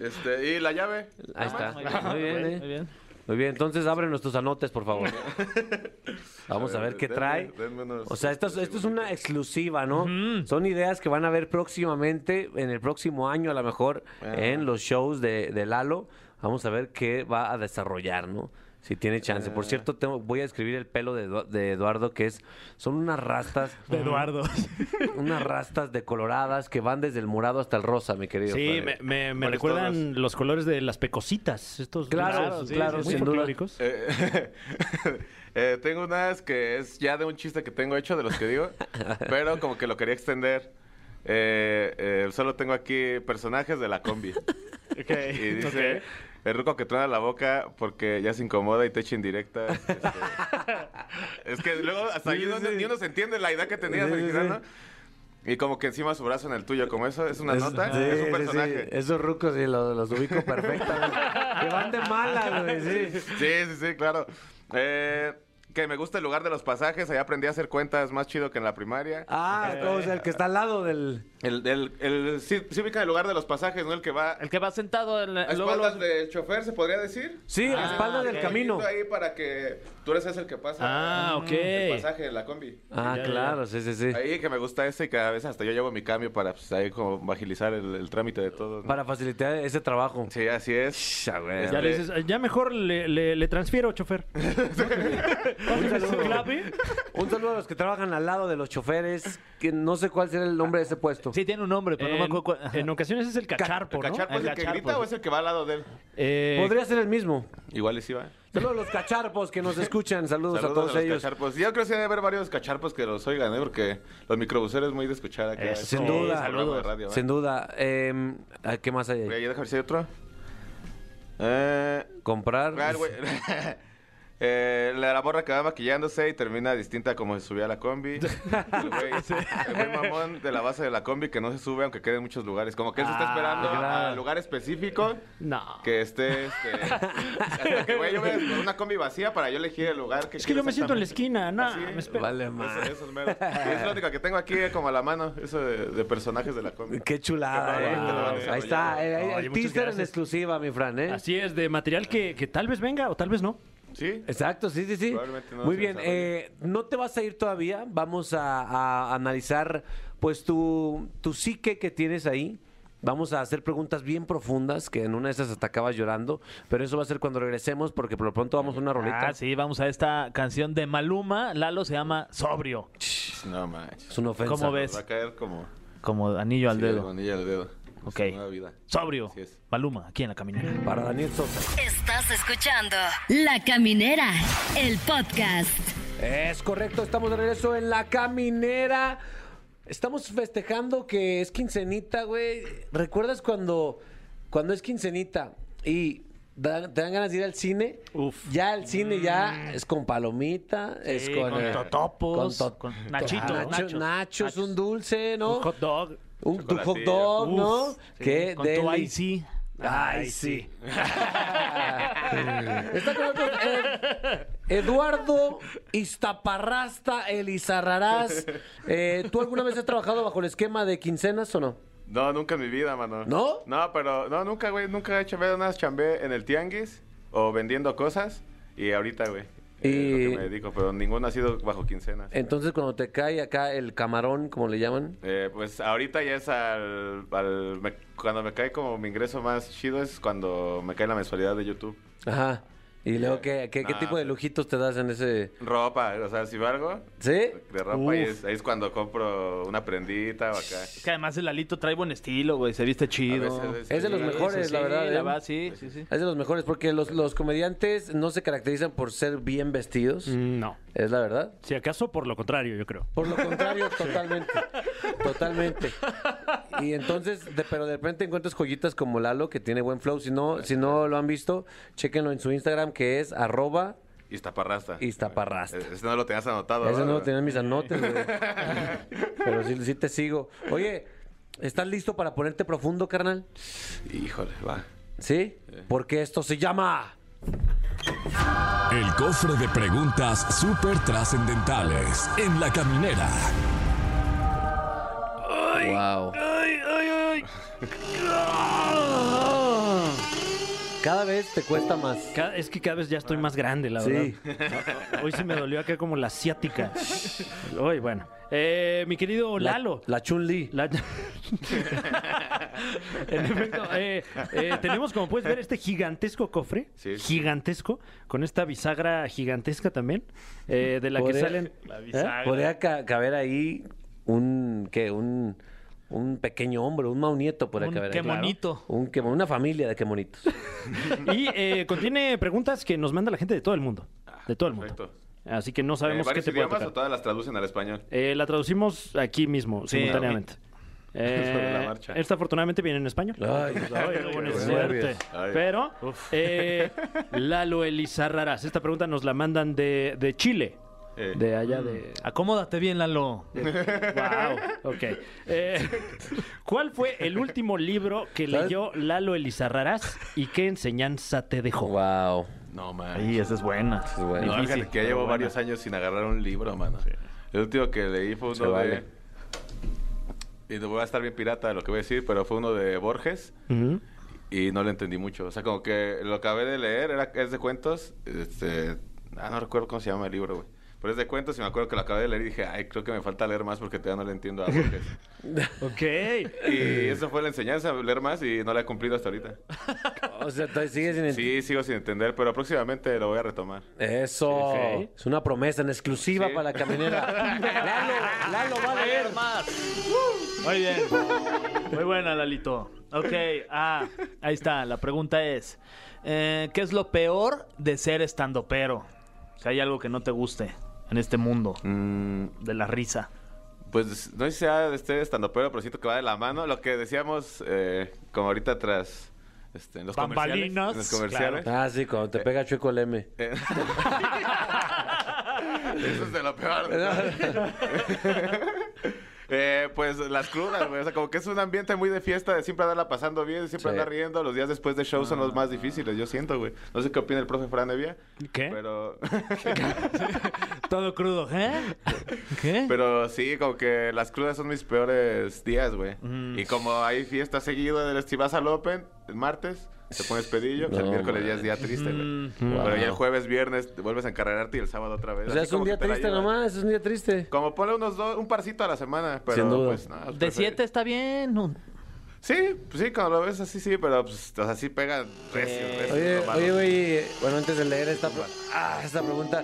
S9: este, y la llave.
S2: Ahí está. Muy bien,
S3: Muy
S2: eh.
S3: bien.
S2: Muy bien, entonces abre nuestros anotes, por favor. Vamos a ver qué
S9: denme-
S2: trae.
S9: denme unos-
S2: O sea, esto, es- esto es una exclusiva, ¿no? Son ideas que van a ver próximamente, en el próximo año a lo mejor, en los shows de, de Lalo. Vamos a ver qué va a desarrollar, ¿no? Si tiene chance.
S9: Eh.
S2: Por cierto, tengo- voy a escribir el pelo de, Edu- de Eduardo, que es son unas rastas,
S3: De Eduardo.
S2: unas rastas decoloradas que van desde el morado hasta el rosa, mi querido.
S4: Sí,
S2: Fran.
S4: me, me- me
S9: ¿Cuáles
S4: recuerdan
S9: todas?
S4: los colores de las pecositas. Estos
S2: Claro,
S4: dulces,
S2: sí, claro,
S4: muy
S2: sin duda.
S4: folclóricos.
S9: Eh, eh, tengo unas que es ya de un chiste que tengo hecho, de los que digo, pero como que lo quería extender. Eh, eh, solo tengo aquí personajes de la combi. Y dice, el ruco que truena la boca porque ya se incomoda y te echa indirectas. este. es que luego hasta ahí
S2: Sí,
S9: no-
S2: sí.
S9: ni uno se entiende la idea que tenías
S2: Sí, sí,
S9: original,
S2: sí.
S9: ¿no? Y como que encima su brazo en el tuyo, como eso, es una
S2: Es-
S9: nota,
S2: sí,
S9: es
S2: sí,
S9: un
S2: sí.
S9: personaje.
S2: Esos rucos sí, los, los ubico perfectamente. que van de mala, güey. Sí.
S9: Sí, sí, sí, claro. Eh, que me gusta el lugar de los pasajes. Ahí aprendí a hacer cuentas más chido que en la primaria.
S2: Ah, o sea, el que está al lado del.
S9: El, el, el, sí, sí ubican el lugar de los pasajes, ¿no? El que va a
S3: El que va sentado en la- luego,
S9: espaldas
S3: luego-
S9: del chofer, ¿se podría decir?
S2: Sí, a la espalda del
S9: El
S2: camino.
S9: pollito Ahí para que tú eres ese el que pasa.
S4: Ah, ok.
S9: El pasaje de la combi.
S2: Ah, claro, sí, sí, sí.
S9: Ahí que me gusta ese y que a veces hasta yo llevo mi cambio para pues, ahí como agilizar el, el trámite de todo. ¿no?
S2: Para facilitar ese trabajo.
S9: Sí, así es.
S2: Sh, a ver.
S9: eh,
S4: Ya le dices, "Ah, ya mejor le, le- le transfiero, chofer.
S2: Un saludo. Un saludo a los que trabajan al lado de los choferes, que no sé cuál será el nombre de ese puesto.
S3: Sí, tiene un nombre, pero no me
S4: En,
S3: acuerdo. cuál-
S4: en ocasiones es el cacharpo,
S9: ¿El
S4: ¿no?
S9: cacharpo
S3: El
S9: es el que
S3: cacharpo,
S9: grita
S3: sí.
S9: o es el que va al lado de él?
S4: Eh,
S2: Podría ser el mismo.
S9: Igual les iba.
S2: Saludos a los cacharpos que nos escuchan. Saludos,
S9: Saludos
S2: a todos
S9: los
S2: ellos.
S9: cacharpos. Yo creo que sí debe haber varios cacharpos que los oigan, ¿eh? Porque los microbuseros es muy de escuchar acá.
S4: Eso,
S9: Este
S2: sin duda.
S9: programa de
S4: Saludos.
S9: radio, ¿eh?
S2: Sin duda. Eh, ah, ¿Qué más hay ahí?
S9: Güey, ya deja ver si hay otro. Eh,
S2: Comprar.
S9: ah, güey. Eh, la, la morra que va maquillándose y termina distinta como se subía a la combi. El güey, el güey mamón de la base de la combi que no se sube aunque quede en muchos lugares. Como que él se está
S4: Ah,
S9: esperando
S2: claro.
S9: al lugar específico
S4: No.
S9: que esté. Este, hasta que, güey, yo vea una combi vacía para yo elegir el lugar que
S4: Es que yo me siento en la
S9: esquina
S4: esquina, no,
S9: Así es.
S4: me espero.
S2: Vale,
S9: Eso,
S2: más.
S9: eso es mero. Y es la única que tengo aquí eh, como a la mano, eso de, de personajes de la cómic.
S2: Qué chulada,
S9: Qué
S2: eh.
S9: bárbaro,
S2: Ahí
S9: desarrollado.
S2: está. eh, ahí-
S4: Oye,
S2: el
S4: muchas
S2: teaser en
S4: gracias.
S2: exclusiva, mi Fran, ¿eh?
S4: Así es, de material que, que tal vez venga o tal vez no.
S9: ¿Sí?
S2: Exacto, sí, sí, sí.
S9: Probablemente no
S2: Muy
S9: se
S2: bien,
S9: desarrolle.
S2: eh, no te vas a ir todavía. Vamos a, a analizar, pues, tu, tu psique que tienes ahí. Vamos a hacer preguntas bien profundas, que en una de esas hasta acabas llorando. Pero eso va a ser cuando regresemos, porque por lo pronto vamos a una rolita.
S3: Ah, sí, vamos a esta canción de Maluma. Lalo se llama Sobrio.
S9: No manches.
S2: Es una ofensa.
S3: ¿Cómo ves?
S9: Va a caer como
S3: Como anillo al
S9: sí,
S3: dedo.
S9: el anillo al dedo.
S3: Ok.
S9: Nuestra nueva vida.
S3: Sobrio.
S9: Así es.
S3: Paluma, aquí en la caminera.
S2: Para Daniel Sosa.
S8: Estás escuchando La Caminera, el podcast.
S2: Es correcto, estamos de regreso en la caminera. Estamos festejando que es quincenita, güey. ¿Recuerdas cuando, cuando es quincenita y da- te dan ganas de ir al cine?
S3: Uf. Mm.
S2: Ya el cine ya es con palomita, es
S3: Sí,
S2: con,
S3: con
S2: eh,
S3: totopos,
S2: con to-
S3: con nachitos,
S2: nacho-
S3: nachos.
S2: nachos, un dulce, ¿no?
S4: Un hot dog.
S2: Un tu hot
S9: Chocolatillo.
S2: dog,
S3: Uf,
S2: ¿no?
S3: sí,
S2: Que
S3: Con tu
S2: deli.
S3: IC.
S2: Ay, sí. Está con nosotros Ed- Eduardo Iztaparrasta Elizarrarás. Eh, ¿Tú alguna vez has trabajado bajo el esquema de quincenas o no?
S9: No, nunca en mi vida, mano.
S2: ¿No?
S9: No, pero no, nunca, güey. Nunca he chambeado nada. Chambeé en el tianguis o vendiendo cosas. Y ahorita, güey.
S2: Y- Eh.
S9: Es lo que me dedico, pero ninguno ha sido bajo quincenas.
S2: Entonces, cuando te cae acá el camarón, como le llaman.
S9: Eh, pues ahorita ya es al... al- me- cuando me cae como mi ingreso más chido es cuando me cae la mensualidad de YouTube.
S2: Ajá. Y luego, ¿qué, qué, qué
S9: Nah,
S2: tipo de
S9: pues.
S2: lujitos te das en ese...?
S9: Ropa, o sea, si va algo
S2: ¿Sí?
S9: de ropa,
S3: Uf.
S9: ahí es, ahí es cuando compro una prendita o acá.
S3: Es que además el Alito trae buen estilo, güey. Se viste chido.
S9: A veces,
S2: Es de los
S9: sí.
S2: mejores,
S3: Sí,
S2: la verdad, ¿eh?
S3: La verdad, sí, sí, sí.
S2: Es de los mejores, porque los, los comediantes no se caracterizan por ser bien vestidos.
S4: No.
S2: Es la verdad.
S4: Si acaso, por lo contrario, yo creo.
S2: Por lo contrario, totalmente. Totalmente. Y entonces, de- pero de repente encuentras joyitas como Lalo, que tiene buen flow. Si no, si no lo han visto, chéquenlo en su Instagram, que es arroba.
S9: Iztaparrasta.
S2: Iztaparrasta.
S9: Eh, Ese no lo tenías anotado.
S2: Ese no lo
S9: ¿verdad?
S2: tienen mis anotes, güey. Pero sí, sí te sigo. Oye, ¿estás listo para ponerte profundo, carnal?
S9: Híjole, va.
S2: ¿Sí? Porque esto se llama...
S1: El cofre de preguntas súper trascendentales en la caminera.
S2: Wow. Cada vez te cuesta más.
S4: Ca- es que cada vez ya estoy más grande, la
S2: Sí.
S4: verdad. Hoy sí me dolió acá como la asiática. Hoy, bueno. Eh, mi querido Lalo.
S2: La, la Chun-Li.
S4: La- En efecto, eh, eh, tenemos como puedes ver este gigantesco cofre,
S9: Sí.
S4: gigantesco, con esta bisagra gigantesca también, eh, de la que
S2: Podría-
S4: salen... ¿Eh?
S2: Podría ca- caber ahí un que un un pequeño hombre, un maunieto podría
S3: Un
S2: caber ahí.
S3: quemonito.
S2: Un quemo- una familia de quemonitos.
S4: Y eh, contiene preguntas que nos manda la gente de todo el mundo, de todo el mundo.
S9: Perfecto.
S4: Así que no
S9: Eh,
S4: sabemos qué
S9: ¿Varios
S4: te puede
S9: idiomas
S4: tocar.
S9: o todas las traducen al español?
S4: Eh, la traducimos aquí mismo, simultáneamente. Eh,
S9: Sobre la marcha.
S4: esta afortunadamente viene en español.
S2: Ay,
S4: Ay, qué buena
S9: qué
S4: suerte.
S9: nervios. Ay.
S4: Pero, eh, Lalo Elizarrarás, esta pregunta nos la mandan de, de Chile.
S9: Eh,
S4: De allá de...
S3: Acomódate bien, Lalo.
S4: Wow, ok. Eh, ¿Cuál fue el último libro que leyó Lalo Elizarrarás y qué enseñanza te dejó?
S2: wow.
S9: No, man.
S3: Ay, esa es buena.
S2: Es bueno.
S9: No,
S4: Difícil,
S9: fíjate que ya llevo varios años sin agarrar un libro, mano. El último que leí fue
S2: Se
S9: uno
S2: vale.
S9: de... Y voy a estar bien pirata lo que voy a decir, pero fue uno de Borges
S4: Ujú.
S9: y no lo entendí mucho. O sea, como que lo acabé de leer, era, es de cuentos, este... Ah, no recuerdo cómo se llama el libro, güey. Pero es de cuentos y me acuerdo que lo acabé de leer y dije, ay, creo que me falta leer más porque todavía no le entiendo a Borges.
S4: Ok.
S9: y eso fue la enseñanza, leer más y no la he cumplido hasta ahorita.
S2: O sea, todavía sigues sin ent-
S9: Sí, sigo sin entender, pero próximamente lo voy a retomar.
S2: Eso.
S4: Ok.
S2: Es una promesa en exclusiva
S9: Sí.
S2: para la caminera. Lalo, Lalo va a leer.
S3: Muy bien. Muy buena, Lalito. Ok, ah, ahí está. La pregunta es: eh, ¿Qué es lo peor de ser estandopero? Si hay algo que no te guste en este mundo
S9: Mm,
S3: de la risa.
S9: Pues no sé si sea este estandopero, pero siento que va de la mano. Lo que decíamos, eh, como ahorita tras este, en los comerciales.
S4: Bambalinas,
S9: En los comerciales.
S2: Ah, sí, cuando te pega chueco el M.
S9: Eh, Eso es de lo peor. de todo. Eh, pues las crudas, güey. O sea, como que es un ambiente muy de fiesta, de siempre andarla pasando bien, de siempre
S2: Sí.
S9: andar riendo. Los días después de show son los más difíciles, yo siento, güey. No sé qué opina el profe Fran Evia,
S4: ¿Qué?
S9: pero...
S3: Todo crudo, ¿eh? ¿Qué?
S9: Pero sí, como que las crudas son mis peores días, güey. Y como hay fiesta seguida del si vas al Open, el martes, te pones pedillo, pues
S2: No,
S9: el miércoles
S2: man.
S9: ya es día triste, güey.
S2: wow.
S9: Pero ya el jueves, viernes, te vuelves a encarrerarte y el sábado otra vez.
S2: O sea,
S9: Así
S2: es un
S9: como
S2: día
S9: que te la
S2: triste
S9: llevas.
S2: nomás, es un día triste.
S9: Como ponle unos dos, un parcito a la semana, pero
S2: Sin duda.
S9: pues no,
S3: de
S9: prefer-
S3: siete está bien. un-
S9: Sí, pues sí, cuando lo ves así, sí, pero pues, o sea, sí pega recio, recio,
S2: Oye,
S9: lo malo.
S2: oye, güey, bueno, antes de leer esta, pre- ah, esta pregunta,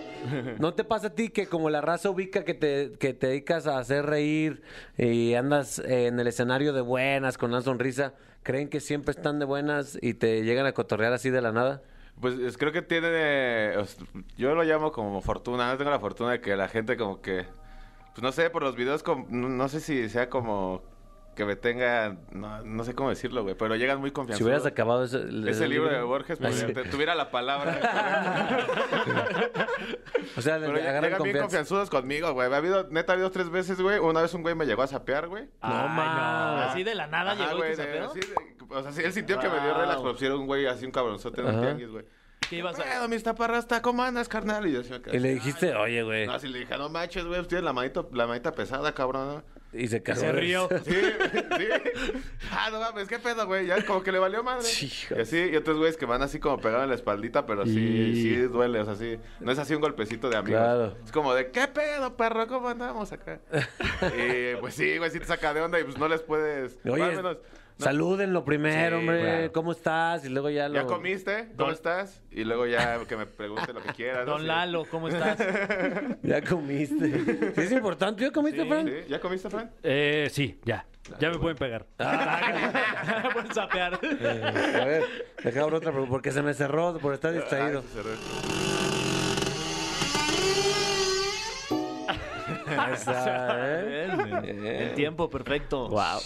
S2: ¿no te pasa a ti que como la raza ubica que te, que te dedicas a hacer reír y andas eh, en el escenario de buenas, con una sonrisa, creen que siempre están de buenas y te llegan a cotorrear así de la nada?
S9: Pues es- creo que tiene. os- Yo lo llamo como fortuna. No tengo la fortuna de que la gente, como que. Pues no sé, por los videos, com- no, no sé si sea como. Que me tenga. No, no sé cómo decirlo, güey. Pero llegan muy confianzudos.
S2: Si hubieras acabado ese,
S9: Ese libro de Borges, pues,
S2: Así.
S9: te- tuviera la palabra.
S2: O sea, le
S9: pero
S2: le
S9: ya- llegan
S2: agarran
S9: bien
S2: confianza.
S9: confianzudos conmigo, güey. Ha habido, neta, ha habido tres veces, güey. Una vez un güey me llegó a sapear, güey.
S3: Ay,
S4: mames.
S3: Así de la nada
S9: Ajá,
S3: llegó
S9: güey,
S3: y te
S9: de-
S3: sapeó.
S9: así de- O sea, sí, él sintió que me dio relax, pero pusieron un güey así, un cabronzote en
S2: Ajá.
S9: un tianguis, güey.
S3: ¿Qué ibas a...?
S9: Bueno, mis taparrasta, ¿cómo andas, carnal? Y yo así me quedé
S2: Y le
S9: así,
S2: dijiste, oye, güey,
S9: No, si Ah, le dije, no manches, güey, tienes la manito, la manita pesada, cabrón.
S2: y se cagó.
S4: Se rió.
S9: Sí, sí. Ah, no mames, qué pedo, güey. Ya como que le valió madre.
S2: Hijo.
S9: Y así, y otros güeyes que van así como pegados en la espaldita, pero sí,
S4: Y-
S9: sí duele, o sea, sí. No es así un golpecito de amigos.
S2: Claro.
S9: Es como de, ¿qué pedo, perro? ¿Cómo andamos acá? y pues sí, güey, sí te saca de onda y pues no les puedes.
S2: Oye,
S9: más o menos, no,
S2: salúdenlo primero,
S9: Sí,
S2: hombre,
S9: claro.
S2: ¿cómo estás? Y luego ya lo...
S9: ¿Ya comiste? ¿Cómo
S3: Don-
S9: estás? Y luego ya que me pregunte lo que quiera. ¿no?
S3: Don
S9: Sí.
S3: Lalo, ¿cómo estás?
S2: Ya comiste. Sí, es importante, ¿ya comiste, Frank?
S9: Sí, ¿Ya comiste, Fran?
S4: Eh, sí, ya. Ya me pueden pegar.
S3: Por Ah. sapear.
S2: A ver, deja abrir otra pregunta, porque se me cerró por estar distraído.
S9: Ay, se cerró.
S2: Ahí está, ¿eh?
S3: El tiempo perfecto. Wow.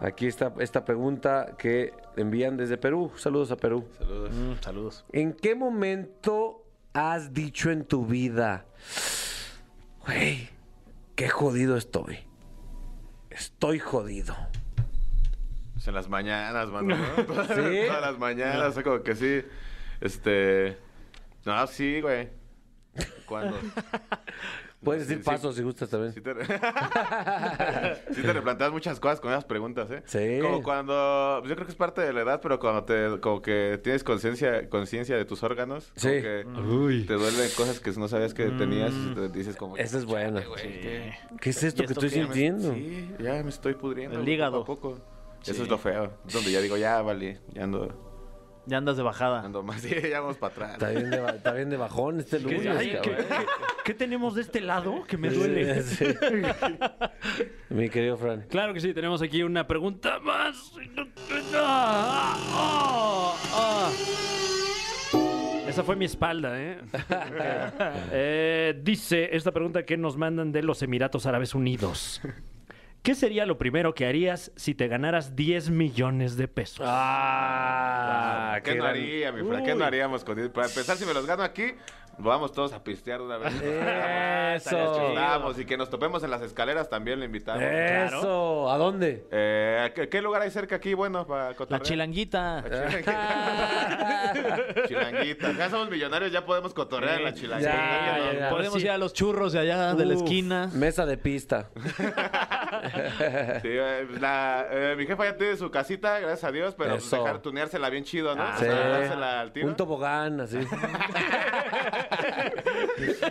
S2: Aquí está esta pregunta que envían desde Perú. Saludos a Perú. Mm.
S9: Saludos.
S3: saludos.
S2: ¿En qué momento has dicho en tu vida, güey, qué jodido estoy? Estoy jodido.
S9: Pues en las mañanas, mano. ¿no? Todas,
S2: ¿Sí?
S9: todas las mañanas, o sea, como que sí. Este. No, sí, güey. ¿Cuándo?
S2: Puedes
S9: Sí,
S2: decir
S9: sí.
S2: pasos si gustas también.
S9: Sí te, re- Sí te replanteas muchas cosas con esas preguntas, ¿eh?
S2: Sí.
S9: Como cuando. pues Yo creo que es parte de la edad, pero cuando te. Como que tienes conciencia conciencia de tus órganos. como
S2: Sí. Mm.
S9: que
S4: Uy.
S9: te duelen cosas que no sabías que tenías y te dices como. que,
S2: Esa es buena.
S9: Pues, "Güey,
S2: ¿Qué es esto
S3: ¿Y
S2: que
S3: esto
S2: estoy
S3: qué? Ya me-
S2: sintiendo?
S9: Sí, ya me estoy pudriendo.
S3: El
S9: poco a
S3: hígado.
S9: poco". Eso es lo feo. Es donde ya digo, ya valí, ya ando,
S3: Ya andas de bajada.
S9: ando más, sí, ya vamos para atrás.
S2: Está bien, de, ba- está bien de bajón este lunes.
S4: Ay, ¿qué,
S2: cabrón.
S4: qué- qué tenemos de este lado que me duele?
S2: Sí, sí. Mi querido Fran.
S4: Claro que sí, tenemos aquí una pregunta más. Ah, ah, ah. Esa fue mi espalda, ¿eh? Eh, Dice esta pregunta que nos mandan de los Emiratos Árabes Unidos. ¿Qué sería lo primero que harías si te ganaras 10 millones de pesos?
S2: Ah,
S9: ¿Qué no haría, mi Fran? ¿Qué
S4: Uy.
S9: no haríamos con Para empezar, si me los gano aquí, vamos todos a pistear de una vez.
S2: Eh,
S9: Nos
S2: Eso.
S9: chingamos y que nos topemos en las escaleras también le invitamos.
S2: Eh. Eso. ¿A dónde?
S9: Eh, ¿a ¿qué, qué lugar hay cerca aquí, bueno, para
S3: La
S9: cotorrear?
S3: chilanguita. Ah.
S9: La chilanguita. chilanguita. Ya somos millonarios, ya podemos cotorrear en la chilanguita.
S2: ya,
S9: ¿no?
S2: ya, ya.
S3: Podemos
S4: sí.
S3: ir a los churros de allá, de la
S4: Uf.
S3: esquina.
S2: Mesa de pista.
S9: Sí, eh, pues, la- eh, mi jefa ya tiene su casita, gracias a Dios, pero pues,
S2: Eso. Ah,
S9: dejar tuneársela bien chido, Ah, ¿no? O
S2: Sí.
S9: sea, dársela al tiro.
S2: Un tobogán, así.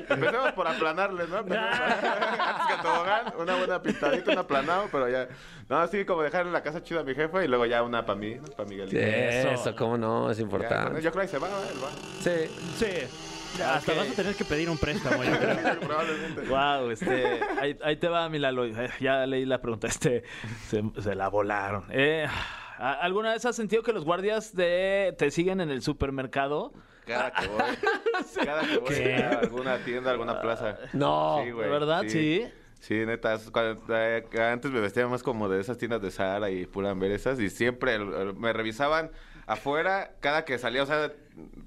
S9: Empecemos por aplanarle, ¿no? Antes que el tobogán, una buena pintadita, un aplanado, pero ya. No, así como dejarle la casa chida a mi jefa y luego ya una para mí, para Miguelito.
S2: Eso. cómo no, es
S9: Ya, con él-
S2: importante.
S9: yo creo que ahí se va, ¿eh? Él va.
S2: Sí.
S4: Sí. Hasta vas a tener que pedir un préstamo. yo creo.
S9: Probablemente.
S3: Wow, este, ahí, ahí te va mi Lalo. Eh, Ya leí la pregunta, este, se, se la volaron. Eh, ¿a- ¿Alguna vez has sentido que los guardias de te siguen en el supermercado?
S9: Cada que voy. Cada que voy a alguna tienda, alguna plaza.
S4: Oh.
S2: No.
S9: Sí, güey,
S3: ¿Verdad? Sí.
S9: Sí, neta, es cuando- eh, antes me vestía más como de esas tiendas de Sahara y Pull&Bear esas y siempre el- el- me revisaban afuera cada que salía, o sea,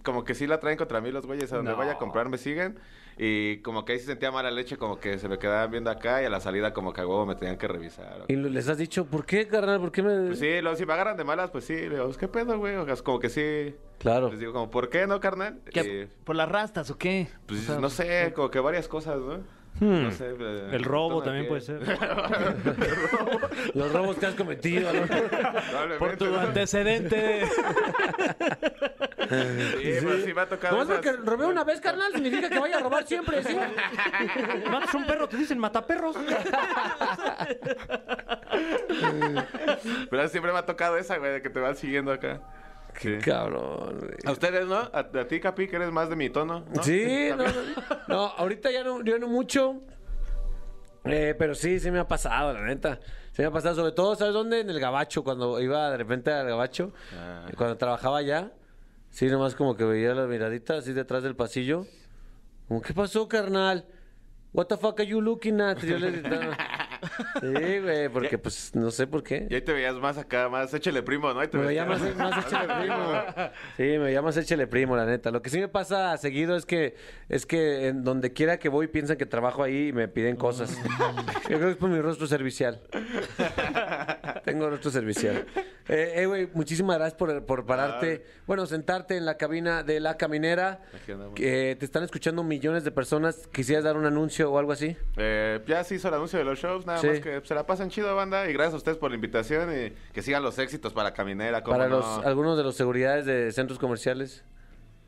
S9: como que sí la traen contra mí los güeyes, a donde vaya a comprar me siguen y como que ahí se sentía mala leche, como que se me quedaban viendo acá y a la salida como que a huevo me tenían que revisar.
S2: Y les has dicho, ¿por qué, carnal? ¿Por qué me.?
S9: Pues sí, luego si me agarran de malas, pues sí, le digo, "Pues, ¿qué pedo, güey? O sea, es como que sí.
S2: Claro.
S9: Les digo como, ¿por qué no, carnal?
S3: ¿Qué,
S9: Y,
S3: ¿Por las rastas o qué?
S9: pues no sé, como que varias cosas, ¿no? No sé.
S4: Hmm.
S9: eh,
S4: El robo también puede ser.
S2: Los robos que has cometido. ¿no?
S3: Por tu
S9: antecedente
S3: antecedente.
S9: Sí, pero sí me ha tocado.
S2: No es porque
S9: esas-
S2: robé una vez, carnal, significa que vaya a robar siempre, ¿sí?
S4: Matas un perro, te dicen mataperros.
S9: Pero siempre me ha tocado esa, güey, de que te van siguiendo acá. Sí.
S2: Cabrón. güey.
S9: A ustedes, ¿no? A, a ti, Capi, que eres más de mi tono. ¿no?
S2: Sí, no, no, no, ahorita ya no, yo no mucho. Eh, pero sí, sí me ha pasado, la neta. Sí me ha pasado, sobre todo, ¿sabes dónde? En el gabacho, cuando iba de repente al gabacho,
S9: Ah.
S2: cuando trabajaba allá. Sí, nomás como que veía la miradita así detrás del pasillo. Como, ¿qué pasó, carnal? What the fuck are you looking at? Y Yo le gritaba. Sí, güey, porque pues no sé por qué.
S9: Y ahí te veías más acá, más échele primo, ¿no? Ahí te
S2: Me
S9: veías
S2: llamas más, más échele primo. Sí, me llamas échele primo, la neta. Lo que sí me pasa seguido es que es que en donde quiera que voy piensan que trabajo ahí y me piden cosas.
S9: Mm.
S2: Yo creo que es por mi rostro servicial. Tengo rostro servicial. Eh, eh, güey, muchísimas gracias por, por pararte.
S9: Ah.
S2: Bueno, sentarte en la cabina de La Caminera.
S9: Aquí andamos.
S2: Eh, te están escuchando millones de personas. ¿Quisieras dar un anuncio o algo así?
S9: Eh, ya se hizo el anuncio de los shows, nada
S2: Sí.
S9: más que se la pasan chido, banda. Y gracias a ustedes por la invitación y que sigan los éxitos para Caminera. cómo
S2: Para
S9: no.
S2: los algunos de los seguridades de centros comerciales.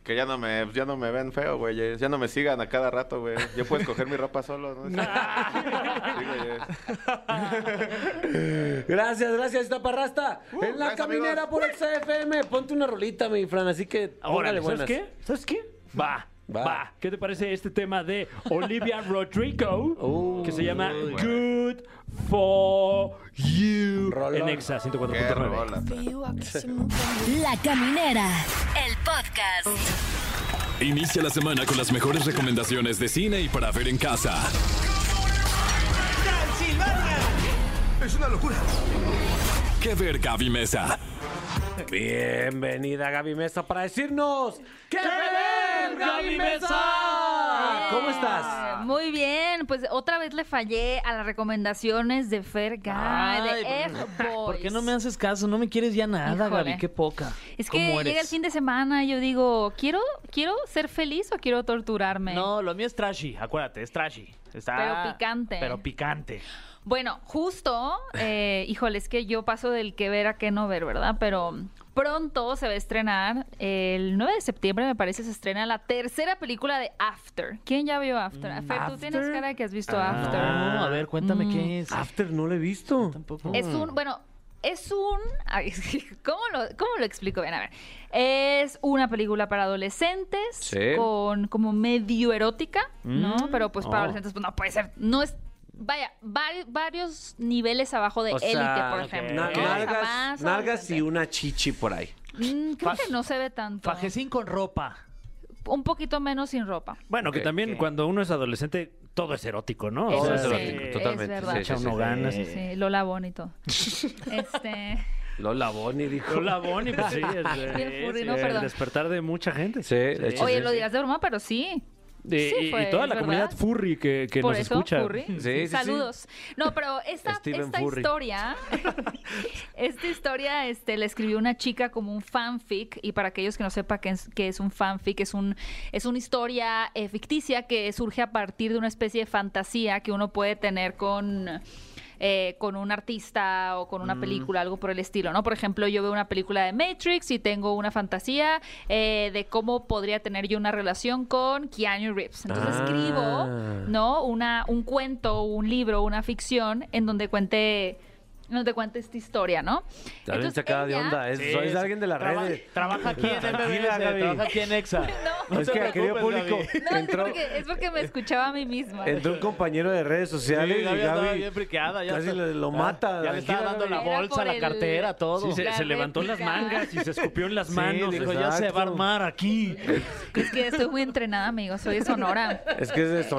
S9: Que ya no me, ya no me ven feo, güey. Ya no me sigan a cada rato, güey. Yo puedo escoger mi ropa solo, ¿no? Sí, güey.
S2: Gracias, gracias, está parrasta.
S9: Uh,
S2: en la
S9: gracias,
S2: caminera
S9: amigos.
S2: por XFM. Ponte una rolita, mi Fran, así que
S4: Ahora,
S2: póngale
S4: ¿sabes qué? ¿Sabes qué? Va.
S2: Va.
S4: Va. ¿Qué te parece este tema de Olivia Rodrigo? que se llama Good for You
S2: Rolón.
S4: en Exa
S9: Qué
S4: 104.9.
S9: rola.
S10: La Caminera, el podcast.
S1: Inicia la semana con las mejores recomendaciones de cine y para ver en casa.
S11: Es una locura.
S1: ¿Qué ver Gaby Mesa?
S2: Bienvenida Gaby Mesa para decirnos ¡Qué ver, Gaby
S3: Ah,
S12: Ah.
S2: Mesa! ¿Cómo estás?
S12: Muy bien, pues otra vez le fallé a las recomendaciones de Fer Guy, de
S3: Ay,
S12: F-Boys.
S3: ¿Por qué no me haces caso? No me quieres ya nada,
S12: Híjole.
S3: Gaby. Qué poca.
S12: Es que
S3: ¿Cómo
S12: llega el
S3: eres?
S12: fin de semana y yo digo, ¿quiero, ¿quiero ser feliz o quiero torturarme?
S3: No, lo mío es trashy. Acuérdate, es trashy. Está...
S12: Pero picante.
S3: Pero picante.
S12: Bueno, justo, eh, híjole, es que yo paso del que ver a que no ver, ¿verdad? Pero pronto se va a estrenar, el 9 de septiembre me parece se estrena la tercera película de After. ¿Quién ya vio After? Fer, tú tienes cara de que has visto
S3: Ah.
S12: After.
S3: No, a ver, cuéntame qué es.
S2: After no lo he visto.
S3: Tampoco.
S12: Es
S2: Mm.
S12: un, bueno, es un, ay, ¿cómo lo, cómo lo explico? Bien, a ver, es una película para adolescentes
S2: Sí. Mm.
S12: con como medio erótica, ¿no? Pero pues para
S3: Oh.
S12: adolescentes pues no puede ser, no es, vaya, vari- varios niveles abajo de
S2: O
S12: élite,
S2: sea,
S12: por ejemplo. ¿eh? ¿no?
S2: na-
S12: O sea,
S2: Nalgas,
S12: más
S2: nalgas y
S12: adolescente.
S2: una chichi por ahí.
S12: Mm, creo que no se ve tanto.
S3: Fajecín con ropa.
S12: Un poquito menos sin ropa.
S4: Bueno, que también cuando uno es adolescente, todo es erótico, ¿no?
S12: Eso
S4: O sea,
S12: sí,
S2: erótico, totalmente,
S12: Es verdad.
S2: sí, sí,
S4: sí, sí. ganas.
S12: Sí, sí, Lola Bonito. este,
S2: Lola Bonnie dijo.
S4: Hola, Bonnie, pues sí. es-
S12: Bien furry,
S4: es
S12: no,
S4: el
S12: perdón.
S4: despertar de mucha gente.
S2: Sí, de hecho,
S12: oye,
S2: sí.
S12: lo dirás de broma, pero sí.
S4: Y,
S12: Sí
S4: y- y
S12: fue,
S4: toda
S12: es
S4: la
S12: verdad.
S4: comunidad furry que, que
S12: Por
S4: nos
S12: eso,
S4: escucha.
S12: Furry.
S2: sí, sí.
S12: Saludos. No, pero esta,
S2: Steven
S12: esta
S2: Furry.
S12: historia, esta historia este, la escribió una chica como un fanfic, y para aquellos que no sepan qué es, qué es un fanfic, es, un, es una historia eh, ficticia que surge a partir de una especie de fantasía que uno puede tener con... eh, con un artista o con
S2: Mm.
S12: una película, algo por el estilo, ¿no? Por ejemplo, yo veo una película de Matrix y tengo una fantasía eh, de cómo podría tener yo una relación con Keanu Reeves. Entonces
S2: Ah.
S12: escribo ¿no? Una, un cuento, un libro, una ficción en donde cuente, en donde cuente esta historia, ¿no?
S2: Alguien
S12: Entonces,
S2: se acaba de
S12: ella-
S2: onda. ¿eh? Es, soy
S3: sí.
S2: alguien de la
S3: Traba-
S2: red.
S3: Trabaja aquí en
S2: Tranquila,
S3: MBS,
S2: Gaby.
S3: trabaja aquí en Exa.
S12: No.
S2: Es que, querido público,
S12: No, es
S2: entró,
S12: porque, es porque me escuchaba a mí misma.
S2: entró un compañero de redes sociales y Gaby
S3: bien friqueada. ya
S2: casi
S3: está-
S2: le- lo
S3: Ah,
S2: mata.
S3: Ya le estaba
S2: Tranquila,
S3: dando la
S12: Gaby. Era
S3: bolsa,
S12: por
S3: la
S12: el-
S3: cartera, todo.
S4: Sí, se,
S12: La
S4: se levantó las
S12: réplica.
S4: mangas y se escupió en las
S3: Sí,
S4: manos.
S3: dijo, ya se va a
S2: exacto.
S3: armar aquí.
S12: Es que estoy muy entrenada, amigo. Soy de Sonora.
S2: Es que es de Sonora,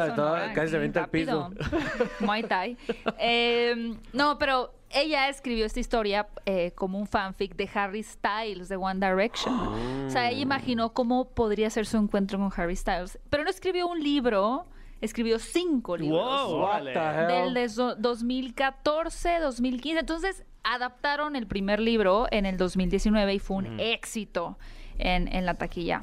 S12: Soy de
S2: estaba-
S12: Sonora,
S2: casi se
S12: sí,
S2: avienta al piso.
S12: rápido. Muay Thai. Eh, no, pero ella escribió esta historia eh, como un fanfic de Harry Styles de One Direction. O sea, ella imaginó cómo podría ser su encuentro con Harry Styles. Pero no escribió un libro, escribió cinco libros
S3: Wow,
S2: What the hell?
S12: del de so- 2014, 2015. Entonces adaptaron el
S4: Mm.
S12: primer libro en el 2019 y fue un éxito en, en la taquilla.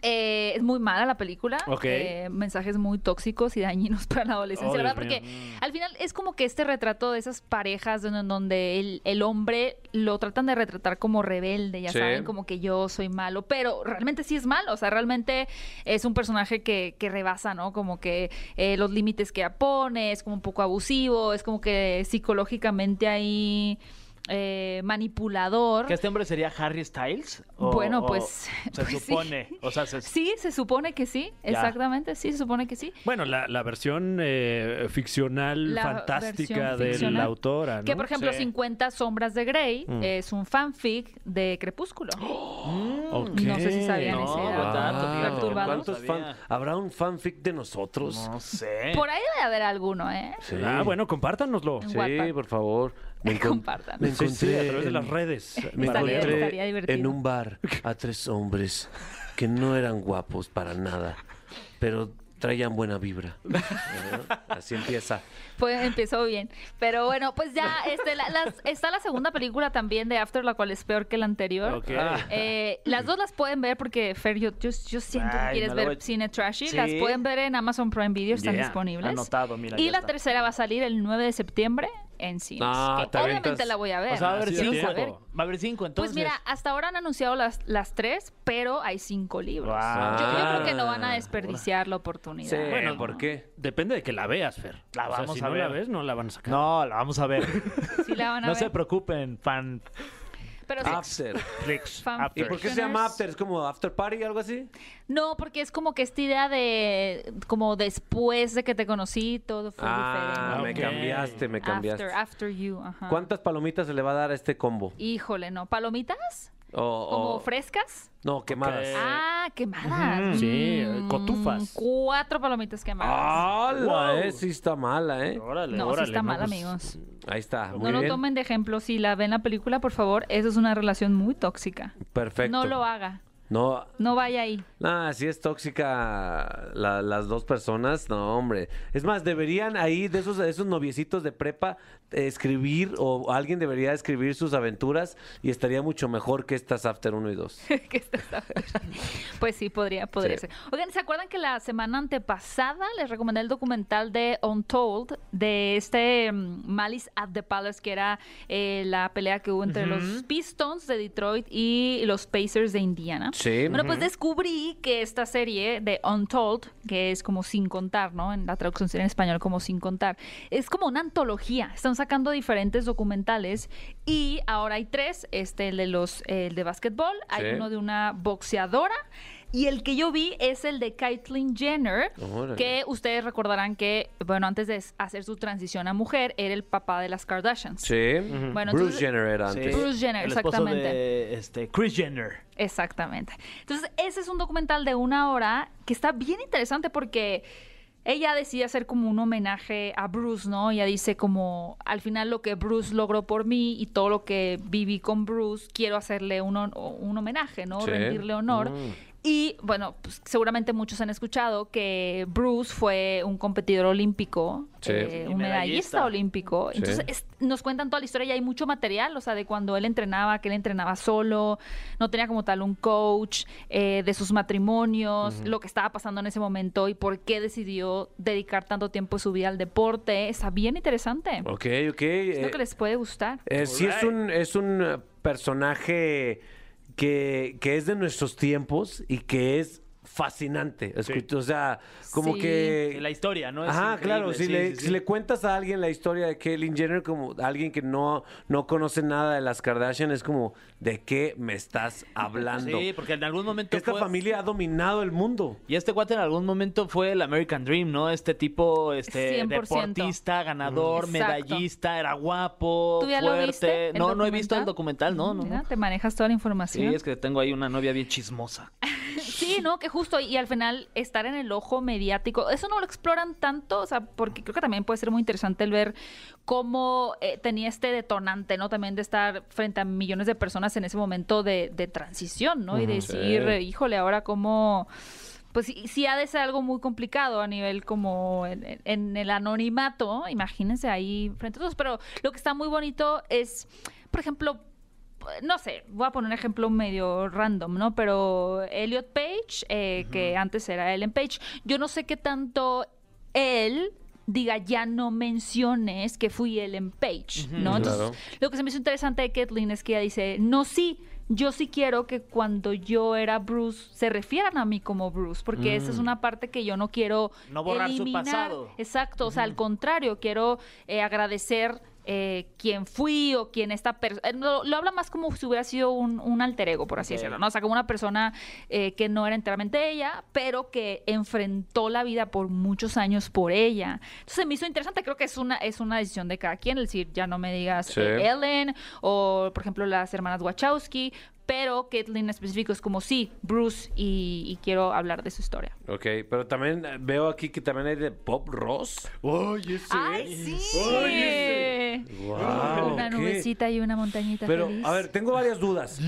S12: Eh, es muy mala la película.
S4: Ok.
S12: Eh, mensajes muy tóxicos y dañinos para la adolescencia,
S4: Oh,
S12: ¿verdad?
S4: Dios
S12: Porque
S4: mío.
S12: al final es como que este retrato de esas parejas en donde el, el hombre lo tratan de retratar como rebelde, ya
S13: Sí.
S12: saben, como que yo soy malo, pero realmente sí es malo, o sea, realmente es un personaje que, que rebasa, ¿no? Como que eh, los límites que pone, es como un poco abusivo, es como que psicológicamente ahí eh, manipulador.
S3: ¿Que este hombre sería Harry Styles?
S12: Bueno, pues-
S3: Se
S12: pues sí.
S3: supone. O sea, se-
S12: Sí, se supone que sí,
S3: Ya.
S12: exactamente, sí, se supone que sí.
S4: Bueno, la, la versión eh, ficcional
S12: La
S4: fantástica
S12: versión
S4: de la
S12: ficcional.
S4: autora, Ah, ¿no?
S12: Que por ejemplo, 50 sombras de Grey
S4: Mm.
S12: es un fanfic de Crepúsculo.
S4: Ok.
S12: No sé si sabían
S4: No,
S12: ese dato.
S4: buen dato,
S2: Ah,
S4: fíjate.
S2: ¿cuántos fan- ¿Habrá un fanfic de nosotros?
S3: No sé.
S12: Por ahí debe haber alguno, ¿eh?
S4: Ah, bueno, compártanoslo.
S2: Sí, por favor. Me
S12: Compartan.
S2: Me
S4: Sí,
S2: encontré
S4: sí, a través de las redes.
S2: Me
S12: Estaría-
S2: encontré
S12: estaría divertido.
S2: en un bar a tres hombres que no eran guapos para nada, pero traían buena vibra. ¿Verdad? Así empieza.
S12: Pues empezó bien. Pero bueno, pues ya este, la- las- está la segunda película también de After, la cual es peor que la anterior.
S13: Ok.
S12: Eh, las dos las pueden ver porque, Fer, yo, yo, yo siento
S13: Ay,
S12: que quieres
S13: me la
S12: ver
S13: voy-
S12: cine trashy.
S13: Sí.
S12: Las pueden ver en Amazon Prime Video, están
S13: Yeah.
S12: disponibles.
S13: Anotado, mira,
S12: y
S13: ya
S12: la
S13: está.
S12: tercera va a salir el 9 de septiembre en cines.
S3: Ah,
S12: que
S3: te
S12: obviamente
S3: aventas-
S12: la voy a ver.
S3: O sea, va a haber
S12: Sí,
S3: cinco.
S12: a ver.
S3: Va a haber cinco, entonces.
S12: Pues mira, hasta ahora han anunciado las, las tres, pero hay cinco libros.
S4: Guau.
S12: Yo, yo creo que
S2: Ah.
S12: no van a desperdiciar la oportunidad.
S4: bueno, ¿por
S2: qué?
S4: Depende de que la veas, Fer.
S3: La
S4: O sea,
S3: vamos
S4: si
S3: a
S4: no la
S3: ver.
S4: ves, no la van a sacar.
S3: No, la vamos a ver.
S12: Sí la van a
S3: no
S12: ver.
S3: se preocupen, fan.
S12: Pero sí.
S2: After.
S12: Fan
S2: ¿Y por qué se llama
S12: fictioners.
S2: After? ¿Es como After Party algo así?
S12: No, porque es como que esta idea de como después de que te conocí, todo fue
S2: Ah, me
S12: diferente.
S2: cambiaste, me cambiaste.
S12: After, after you, ajá.
S2: ¿Cuántas palomitas se le va a dar a este combo?
S12: Híjole, ¿no? ¿Palomitas?
S2: O- o-
S12: ¿Como frescas?
S2: no, quemadas.
S12: Ah, quemadas.
S2: Ujú, sí,
S12: Mm,
S2: cotufas.
S12: Cuatro palomitas quemadas.
S2: ¡Hala!
S12: Wow.
S2: Eh, sí está mala, ¿eh?
S4: Órale,
S12: No, sí órale, está no, mal, pues, amigos.
S2: Ahí está, muy
S12: no lo
S2: bien.
S12: tomen de ejemplo. Si la ven la película, por favor, eso es una relación muy tóxica.
S2: Perfecto.
S12: No lo haga.
S2: No,
S12: No vaya ahí.
S2: Nah, si es tóxica la- las dos personas, no, hombre. Es más, deberían ahí, de esos, de esos noviecitos de prepa, eh, escribir o alguien debería escribir sus aventuras y estaría mucho mejor que estas After 1 y 2.
S12: Pues sí, podría, podría
S2: Sí.
S12: ser. Oigan, ¿se acuerdan que la semana antepasada les recomendé el documental de Untold, de este mm, Malice at the Palace, que era eh, la pelea que hubo entre
S13: Ujú.
S12: los Pistons de Detroit y los Pacers de Indiana?
S13: Sí.
S12: Bueno, pues
S13: Ujú.
S12: descubrí que esta serie de Untold, que es como sin contar, ¿no? En la traducción sería en español como sin contar, es como una antología. Están sacando diferentes documentales y ahora hay tres, este, el de los, el de básquetbol, hay
S13: Sí.
S12: uno de una boxeadora. Y el que yo vi es el de Caitlyn Jenner,
S13: Órale.
S12: que ustedes recordarán que, bueno, antes de hacer su transición a mujer, era el papá de las Kardashians.
S2: Sí.
S12: Bueno,
S2: Bruce
S12: entonces-
S2: Jenner era antes.
S12: Bruce Jenner,
S3: El esposo
S12: exactamente.
S3: de, este, Chris Jenner.
S12: Exactamente. Entonces, ese es un documental de una hora que está bien interesante porque ella decide hacer como un homenaje a Bruce, ¿no? Ella dice como, al final lo que Bruce logró por mí y todo lo que viví con Bruce, quiero hacerle un, hon- un homenaje, ¿no?
S13: Sí.
S12: Rendirle honor.
S13: Mm.
S12: Y bueno, pues, seguramente muchos han escuchado que Bruce fue un competidor olímpico,
S13: Sí.
S12: eh,
S13: Y
S12: un medallista
S13: medallista.
S12: olímpico.
S13: Sí.
S12: Entonces, es- nos cuentan toda la historia y hay mucho material, o sea, de cuando él entrenaba, que él entrenaba solo, no tenía como tal un coach, eh, de sus matrimonios,
S13: Ujú.
S12: lo que estaba pasando en ese momento y por qué decidió dedicar tanto tiempo de su vida al deporte. Está bien interesante.
S2: Ok, ok.
S12: Creo
S2: eh,
S12: que les puede gustar.
S2: eh, sí, es un, es un eh, personaje que, que es de nuestros tiempos y que es fascinante. escucho, O sea, como
S3: Sí.
S2: que...
S3: Eh, La historia, ¿no? Es
S2: Ajá,
S3: increíble,
S2: claro, si,
S3: sí,
S2: le,
S3: sí, sí.
S2: si le cuentas a alguien la historia de Caitlyn Jenner como alguien que no, no conoce nada de las Kardashian, es como, ¿de qué me estás hablando?
S3: Sí, pues porque en algún momento
S2: Esta familia ha dominado el mundo.
S3: Y este cuate en algún momento fue el American Dream, ¿no? Este tipo, este
S12: 100%.
S3: deportista, ganador,
S12: Exacto.
S3: medallista, era guapo,
S12: ¿Tú ya lo
S3: fuerte.
S12: viste, el
S3: no, no he visto el documental, no, no. no.
S12: Mira, Te manejas toda la
S3: Sí,
S12: información.
S3: es que tengo ahí una novia bien chismosa.
S12: Sí, no, que justo, y al final estar en el ojo mediático, eso no lo exploran tanto, o sea, porque creo que también puede ser muy interesante el ver cómo eh, tenía este detonante, ¿no? También de estar frente a millones de personas en ese momento de, de transición, ¿no? Y
S13: Ujú.
S12: decir,
S13: Sí.
S12: eh, híjole, ahora cómo... Pues sí, sí ha de ser algo muy complicado a nivel como en, en- en el anonimato, imagínense ahí frente a todos, pero lo que está muy bonito es, por ejemplo, no sé, voy a poner un ejemplo medio random, ¿no? Pero Elliot Page, eh, que antes era Ellen Page, yo no sé qué tanto él diga ya no menciones que fui Ellen Page,
S13: Ujú.
S12: ¿no? Entonces,
S13: Claro.
S12: lo que se me hizo interesante de Kathleen es que ella dice, no, sí, yo sí quiero que cuando yo era Bruce se refieran a mí como Bruce, porque esa es
S13: Mm.
S12: una parte que yo no quiero
S3: No borrar su
S12: eliminar.
S3: pasado.
S12: Exacto, o sea, al contrario, quiero eh, agradecer eh, quién fui o quién esta persona. Lo, lo habla más como si hubiera sido un, un alter ego, por así
S13: Ok.
S12: decirlo, ¿no? O sea, como una persona eh, que no era enteramente ella, pero que enfrentó la vida por muchos años por ella. Entonces me hizo interesante, creo que es una, es una decisión de cada quien, el decir, ya no me digas
S13: Sí.
S12: eh, Ellen o, por ejemplo, las hermanas Wachowski. Pero Caitlyn en específico es como, sí, Bruce, y- y quiero hablar de su historia.
S2: Ok, pero también eh, veo aquí que también hay de Bob Ross.
S4: ¡Oye, ese!
S12: ¡Ay, sí!
S2: Guau,
S12: una
S2: ok.
S12: nubecita y una montañita
S2: Pero,
S12: feliz.
S2: a ver, tengo varias dudas.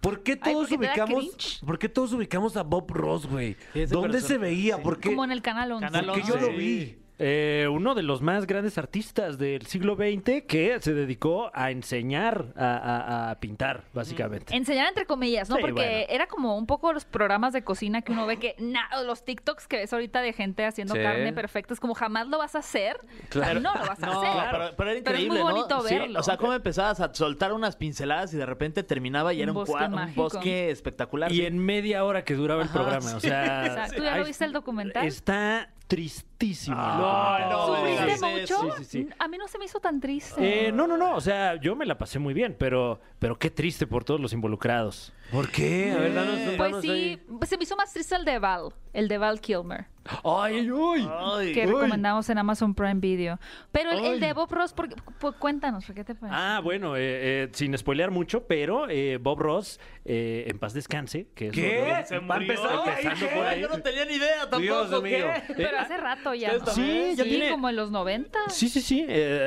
S2: ¿Por qué
S12: Ay,
S2: todos
S12: porque te da
S2: ubicamos
S12: cringe.
S2: ¿Por qué todos ubicamos a Bob Ross, güey? ¿Dónde se
S4: personaje,
S2: veía? ¿Por qué?
S12: Como en el canal 11.
S4: Ah,
S2: Porque yo lo vi.
S4: Eh, uno de los más grandes artistas del siglo XX que se dedicó a enseñar a, a- a pintar, básicamente.
S12: Enseñar entre comillas, ¿no?
S4: Sí,
S12: Porque
S4: bueno.
S12: era como un poco los programas de cocina que uno ve que nada, los TikToks que ves ahorita de gente haciendo
S3: Sí.
S12: carne perfecta, es como jamás lo vas a hacer,
S3: Claro.
S12: no lo vas a
S3: No,
S12: hacer.
S3: pero, pero era
S12: Pero es
S3: increíble,
S12: muy bonito
S3: ¿no? Sí,
S12: verlo.
S3: o sea, cómo empezabas a soltar unas pinceladas y de repente terminaba
S12: Un
S3: y era un,
S12: bosque
S3: cua- un
S12: mágico.
S3: bosque espectacular.
S4: Y
S3: sí.
S4: en media hora que duraba el
S3: Ajá,
S4: programa, o
S3: sí.
S4: sea...
S12: O sea, ¿Tú ya
S4: ahí
S12: lo viste el documental?
S4: Está tristísimo. Ah,
S3: No, no,
S4: el
S12: ¿Sufriste
S4: documental.
S12: mucho?
S4: Sí, sí, sí.
S12: A mí no se me hizo tan triste.
S4: Eh, no, no, no, o sea, yo me la pasé muy bien, pero, pero qué triste por todos los involucrados.
S2: ¿Por qué? A ver, danos,
S12: pues sí, pues se me hizo más triste el de Val, el de Val Kilmer.
S4: ¡Ay, uy!
S12: que recomendamos en Amazon Prime Video. Pero el, el
S4: Ay.
S12: de Bob Ross, porque- pues, cuéntanos, ¿qué te parece?
S4: Ah, bueno, eh, eh, sin spoilear mucho, pero eh, Bob Ross, eh, en paz descanse. Que es
S3: ¿Qué?
S4: uno de los-
S3: Se murió.
S4: Empezando por ahí.
S3: Yo no tenía ni idea tampoco.
S4: Dios mío.
S12: ¿Qué? Pero hace rato ya.
S4: ¿ustedes
S12: ¿no?
S4: también? Sí, ya tiene-
S12: como en los 90.
S4: Sí, sí, sí. eh,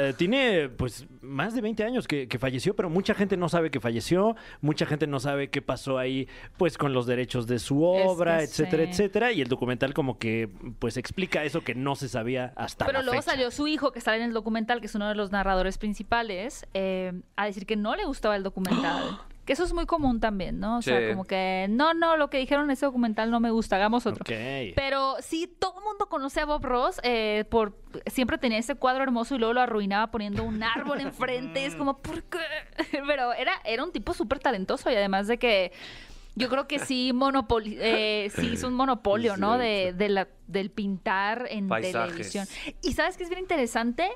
S4: eh, tiene pues más de 20 años que, que falleció, pero mucha gente no sabe que falleció, mucha gente no sabe qué pasó ahí, pues con los derechos de su
S12: que
S4: obra, etcétera,
S12: sí.
S4: etcétera. Y el documental como que pues explica eso que no se sabía hasta
S12: Pero
S4: la
S12: luego
S4: fecha.
S12: salió su hijo, que sale en el documental, que es uno de los narradores principales, eh, a decir que no le gustaba el documental. Que eso es muy común también, ¿no? O
S13: Sí.
S12: sea, como que, no, no, lo que dijeron en ese documental no me gusta, hagamos otro.
S4: Ok.
S12: Pero sí, todo el mundo conoce a Bob Ross eh, por siempre tenía ese cuadro hermoso y luego lo arruinaba poniendo un árbol enfrente. es como, ¿por qué? Pero era, era un tipo súper talentoso y además de que yo creo que sí, monopoli eh, sí hizo un monopolio, ¿no? De, de la, del pintar en
S13: Paisajes.
S12: televisión. Y sabes que es bien interesante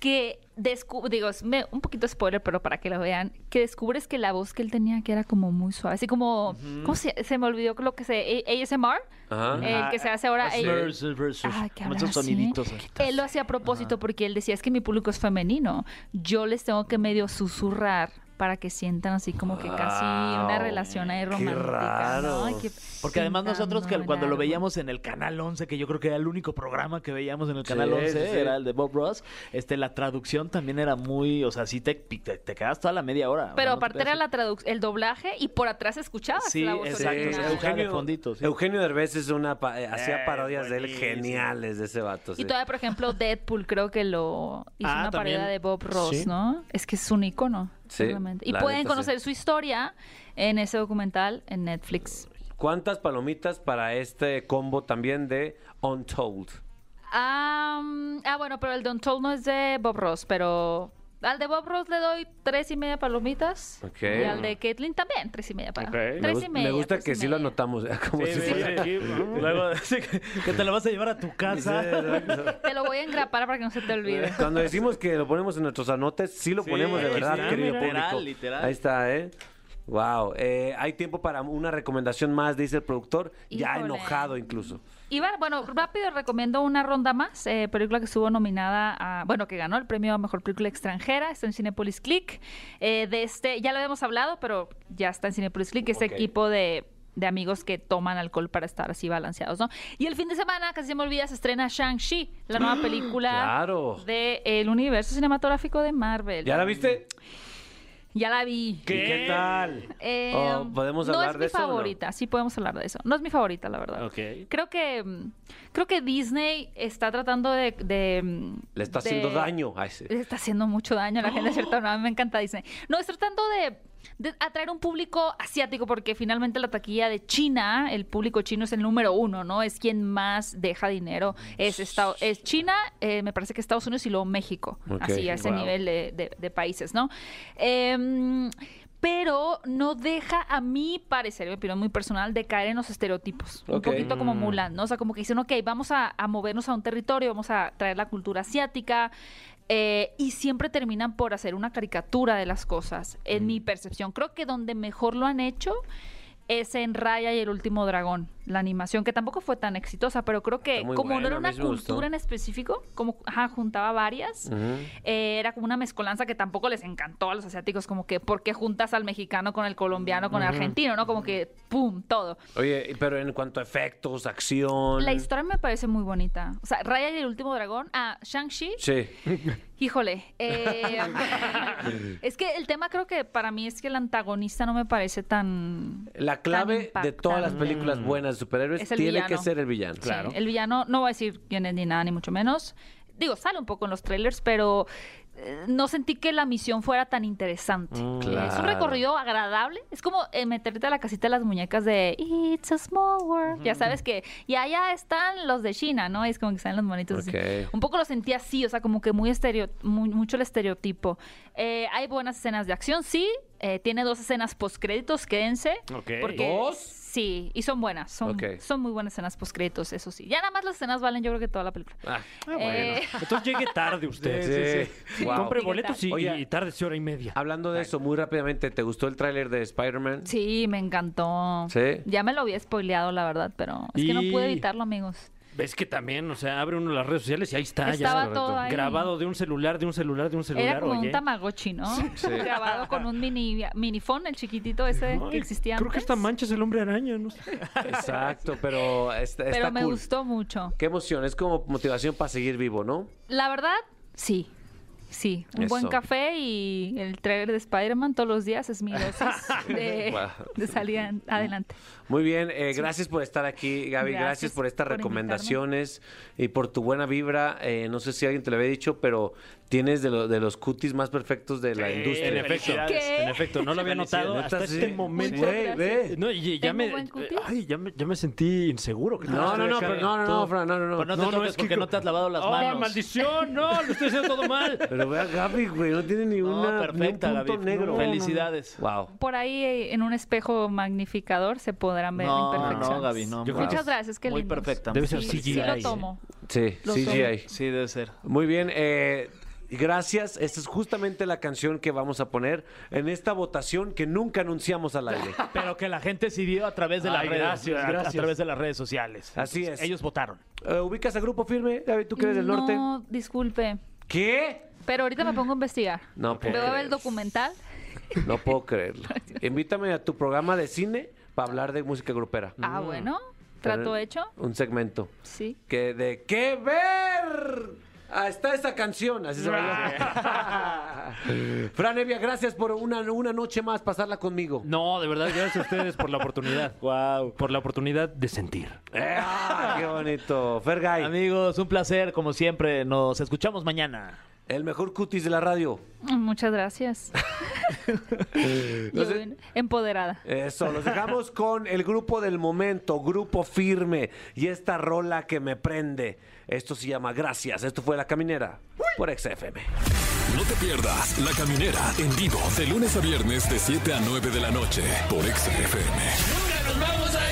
S12: que descu- digo, es me- un poquito spoiler, pero para que lo vean, que descubres que la voz que él tenía que era como muy suave, así como, ¿cómo se, se me olvidó lo que se, A- ASMR?
S3: Ajá.
S12: El Eh, que se hace ahora.
S3: Ah,
S12: el-
S3: versus, versus.
S12: Ah, que
S3: Como
S12: hablan
S3: esos
S12: así.
S3: soniditos. eh.
S12: Él Eh, lo hacía a propósito porque él decía, es que mi público es femenino. Yo les tengo que medio susurrar para que sientan así como que casi una relación ahí romántica. ¿no? Ay, qué-
S3: Porque además nosotros que
S12: pintando
S3: cuando lo
S12: el árbol.
S3: veíamos en el Canal 11, que yo creo que era el único programa que veíamos en el Canal
S2: Sí,
S3: 11,
S2: sí, sí.
S3: era el de Bob Ross, este, la traducción también era muy, o sea, sí te, te, te quedas toda la media hora.
S12: Pero
S3: o sea, no te
S12: aparte
S3: quedas-
S12: era la traduc- el doblaje y por atrás escuchabas
S3: Sí,
S12: la voz
S3: exacto,
S12: original.
S3: se escuchaba de fondito, sí.
S2: Eh, Eugenio Derbez es una pa- eh, hacía
S3: Eh,
S2: parodias de él
S3: buenísimo.
S2: geniales de ese vato.
S12: Y
S2: sí.
S12: todavía, por ejemplo, Deadpool creo que lo hizo
S2: Ah,
S12: una
S2: también.
S12: parodia de Bob Ross,
S2: Sí.
S12: ¿no? Es que es un icono.
S2: Sí,
S12: realmente. Y
S2: la
S12: pueden
S2: neta, sí.
S12: conocer su historia en ese documental en Netflix.
S2: ¿Cuántas palomitas para este combo también de Untold?
S12: Ah, mm, ah, bueno, pero el de Untold no es de Bob Ross, pero al de Bob Ross le doy tres y media palomitas.
S2: Ok.
S12: Y al de Caitlyn también tres y media palomitas.
S2: Me,
S12: Tres
S2: gust-
S12: y
S2: me
S12: media.
S2: gusta
S12: tres y
S2: que sí lo anotamos. ¿eh? Como
S3: Sí,
S2: si
S3: sí,
S2: fuera-
S3: sí. Luego, sí, que que te lo vas a llevar a tu casa.
S12: media. Te lo voy a engrapar para que no se te olvide.
S2: Cuando decimos que lo ponemos en nuestros anotes, sí lo
S3: Sí,
S2: ponemos de verdad,
S3: sí,
S2: querido
S3: literal,
S2: público.
S3: literal.
S2: Ahí está, ¿eh? Wow. hay tiempo para una recomendación más, dice el productor, ya
S12: Híjole.
S2: enojado incluso.
S12: Iván, bueno, rápido recomiendo una ronda más, eh, película que estuvo nominada a, bueno, que ganó el premio a Mejor Película Extranjera, está en Cinepolis Click, eh, de este, ya lo habíamos hablado, pero ya está en Cinepolis Click, este
S13: Ok.
S12: equipo de, de amigos que toman alcohol para estar así balanceados, ¿no? Y el fin de semana, casi se me olvida, se estrena Shang-Chi, la nueva película
S2: Claro.
S12: del universo cinematográfico de Marvel.
S2: ¿Ya la viste?
S12: Ya la vi.
S2: ¿Y ¿Qué tal?
S12: Eh,
S2: Oh, ¿Podemos
S12: no
S2: hablar
S12: es mi
S2: de eso? o no?
S12: favorita, sí podemos hablar de eso. No es mi favorita, la verdad.
S3: Pues,
S12: Creo que mm, creo que Disney está tratando de, de, mm,
S2: Le está
S12: de-
S2: haciendo daño a ese.
S12: Le está haciendo mucho daño a la gente, ¿cierto? No, a mí me encanta Disney. No, está tratando de de atraer un público asiático, porque finalmente la taquilla de China, el público chino es el número uno, ¿no? Es quien más deja dinero. Es, Estado- es China, eh, me parece que Estados Unidos y luego México,
S13: Ok,
S12: así a ese
S13: wow.
S12: nivel de, de- de países, ¿no? Em, pero no deja, a mi parecer, mi opinión muy personal, de caer en los estereotipos. Un
S13: Ok.
S12: poquito como
S13: Mm.
S12: Mulan, ¿no? O sea, como que dicen, ok, vamos a, a movernos a un territorio, vamos a traer la cultura asiática. eh, y siempre terminan por hacer una caricatura de las cosas,
S13: Mm.
S12: en mi percepción. Creo que donde mejor lo han hecho es en Raya y el último dragón, la animación, que tampoco fue tan exitosa, pero creo que
S13: Está muy
S12: como no
S13: buena,
S12: era
S13: a mí
S12: una
S13: sí me
S12: cultura
S13: gustó.
S12: en específico, como ajá, juntaba varias, eh, era como una mezcolanza que tampoco les encantó a los asiáticos, como que ¿por qué juntas al mexicano con el colombiano, con el
S6: Ujú.
S12: argentino? ¿No? Como que ¡pum! todo.
S6: Oye, pero en cuanto a efectos, acción.
S12: La historia me parece muy bonita. O sea, Raya y el último dragón, ah, Shang-Chi,
S6: Sí.
S12: híjole. eh, es que el tema creo que para mí es que el antagonista no me parece tan...
S2: La clave de todas las películas buenas de superhéroes
S12: Es el
S2: tiene que
S12: villano.
S2: ser el villano.
S12: Sí, el villano no va a decir quién es ni nada, ni mucho menos. Digo, sale un poco en los trailers, pero eh, no sentí que la misión fuera tan interesante.
S13: Mm,
S12: Eh, Es un
S13: claro.
S12: recorrido agradable. Es como eh, meterte a la casita de las muñecas de It's a Small World. Ya sabes que. Y allá están los de China, ¿no? Y es como que están los monitos. así.
S13: Ok.
S12: Un poco lo sentí así, o sea, como que muy estereo, muy- mucho el estereotipo. Eh, hay buenas escenas de acción, sí. Eh, tiene dos escenas postcréditos, quédense.
S13: Ok.
S12: Porque-
S13: ¿Dos?
S12: Sí, y son buenas. Son,
S13: Ok.
S12: son muy buenas escenas postcréditos, eso sí. Ya nada más las escenas valen, yo creo que toda la película.
S4: Ah, bueno.
S12: Eh.
S4: Entonces llegue tarde usted.
S2: Sí, sí, sí. Wow.
S4: Compre
S2: Llegue
S4: boletos y,
S2: tarde.
S4: y tarde es hora y media.
S2: Hablando de eso, muy rápidamente, ¿te gustó el tráiler de Spider-Man?
S12: Sí, me encantó.
S2: Sí.
S12: Ya me lo había spoileado, la verdad, pero es que no pude
S4: Y-
S12: evitarlo, amigos.
S4: Es que también, o sea, abre uno las redes sociales y ahí está. Ah, ya
S12: Estaba
S4: está.
S12: todo ahí.
S4: Grabado de un celular, de un celular, de un celular.
S12: Era como
S4: oye.
S12: un tamagotchi, ¿no?
S4: Sí.
S12: Grabado con un mini minifón, el chiquitito ese que
S4: Ay,
S12: existía
S4: Creo que
S12: antes.
S4: esta mancha es el hombre araña, no sé.
S2: Exacto, pero está,
S12: Pero
S2: está
S12: me
S2: cool.
S12: gustó mucho.
S2: Qué emoción, es como motivación para seguir vivo, ¿no?
S12: La verdad, sí. Sí, un buen
S2: Eso.
S12: café y el trailer de Spider-Man todos los días es mi dosis de,
S2: Guau.
S12: de salida en- adelante.
S2: Muy bien, eh, gracias por estar aquí, Gaby. Gracias,
S12: Gracias
S2: por estas
S12: por
S2: recomendaciones y por tu buena vibra. Eh, no sé si alguien te lo había dicho, pero tienes de, lo- de los cutis más perfectos de la industria.
S4: En efecto, en efecto, no lo había notado
S2: Neta,
S4: hasta
S2: sí.
S4: este momento.
S2: Muchas Güey, gracias. ve.
S4: No, y ya
S2: ¿Tengo
S4: me,
S2: buen cutis?
S4: Eh, ay, ya me, ya me sentí inseguro. que
S2: No, no, no,
S4: estoy acá
S2: pero no, no, no,
S4: todo-
S2: Fran, no, no, no.
S3: Pues
S4: Pero
S2: No, no,
S4: toques
S2: es que
S4: porque
S2: co-
S4: no te has lavado las
S2: Oh,
S4: manos.
S2: maldición,
S4: no, lo estoy haciendo todo mal.
S2: Pero ve a Gaby, güey, no tiene ni una ni un punto negro.
S3: Felicidades.
S2: Wow.
S12: Por ahí eh, en un espejo magnificador se podrán ver
S3: No,
S12: la imperfección.
S3: no, Gaby, no.
S2: Yo creo
S12: Muchas
S2: que
S12: gracias, qué
S3: Muy
S12: lindos.
S3: perfecta.
S2: Debe ser
S12: Sí, sí
S2: CGI,
S12: lo
S2: ¿eh?
S12: tomo.
S2: Sí,
S12: Lo
S2: CGI.
S3: Sí, debe ser.
S2: Muy bien, eh, gracias. Esta es justamente la canción que vamos a poner en esta votación que nunca anunciamos al aire.
S3: Pero que la gente decidió a través de las
S2: Ay,
S3: redes,
S2: gracias,
S3: a- a
S2: gracias.
S3: través de las redes sociales.
S2: Así
S3: Entonces,
S2: es.
S3: Ellos votaron.
S2: Eh, ¿Ubicas a Grupo Firme, Gaby? ¿Tú que eres del norte?
S12: No, disculpe.
S2: ¿Qué?
S12: Pero ahorita me pongo a investigar.
S2: No pues, puedo,
S12: Veo el
S2: creer-
S12: documental.
S2: no puedo creerlo. Invítame a tu programa de cine para hablar de música grupera.
S12: Ah, bueno. Trato
S2: Tener
S12: hecho.
S2: Un segmento.
S12: Sí.
S2: Que de qué ver. Ah, está esa canción, así se va. Fran Evia, gracias por una, una noche más pasarla conmigo.
S4: No, de verdad, gracias a ustedes por la oportunidad. wow. Por la oportunidad de sentir.
S2: Eh, ah, qué bonito. Fergay.
S3: Amigos, un placer, como siempre. Nos escuchamos mañana.
S2: El mejor cutis de la radio.
S12: Muchas gracias. Yo bien empoderada.
S2: Eso, los dejamos con el grupo del momento, grupo firme y esta rola que me prende. Esto se llama Gracias. Esto fue La Caminera por XFM.
S1: No te pierdas La Caminera en vivo de lunes a viernes de 7 a 9 de la noche por Exa FM.
S14: Nunca nos vamos a ir.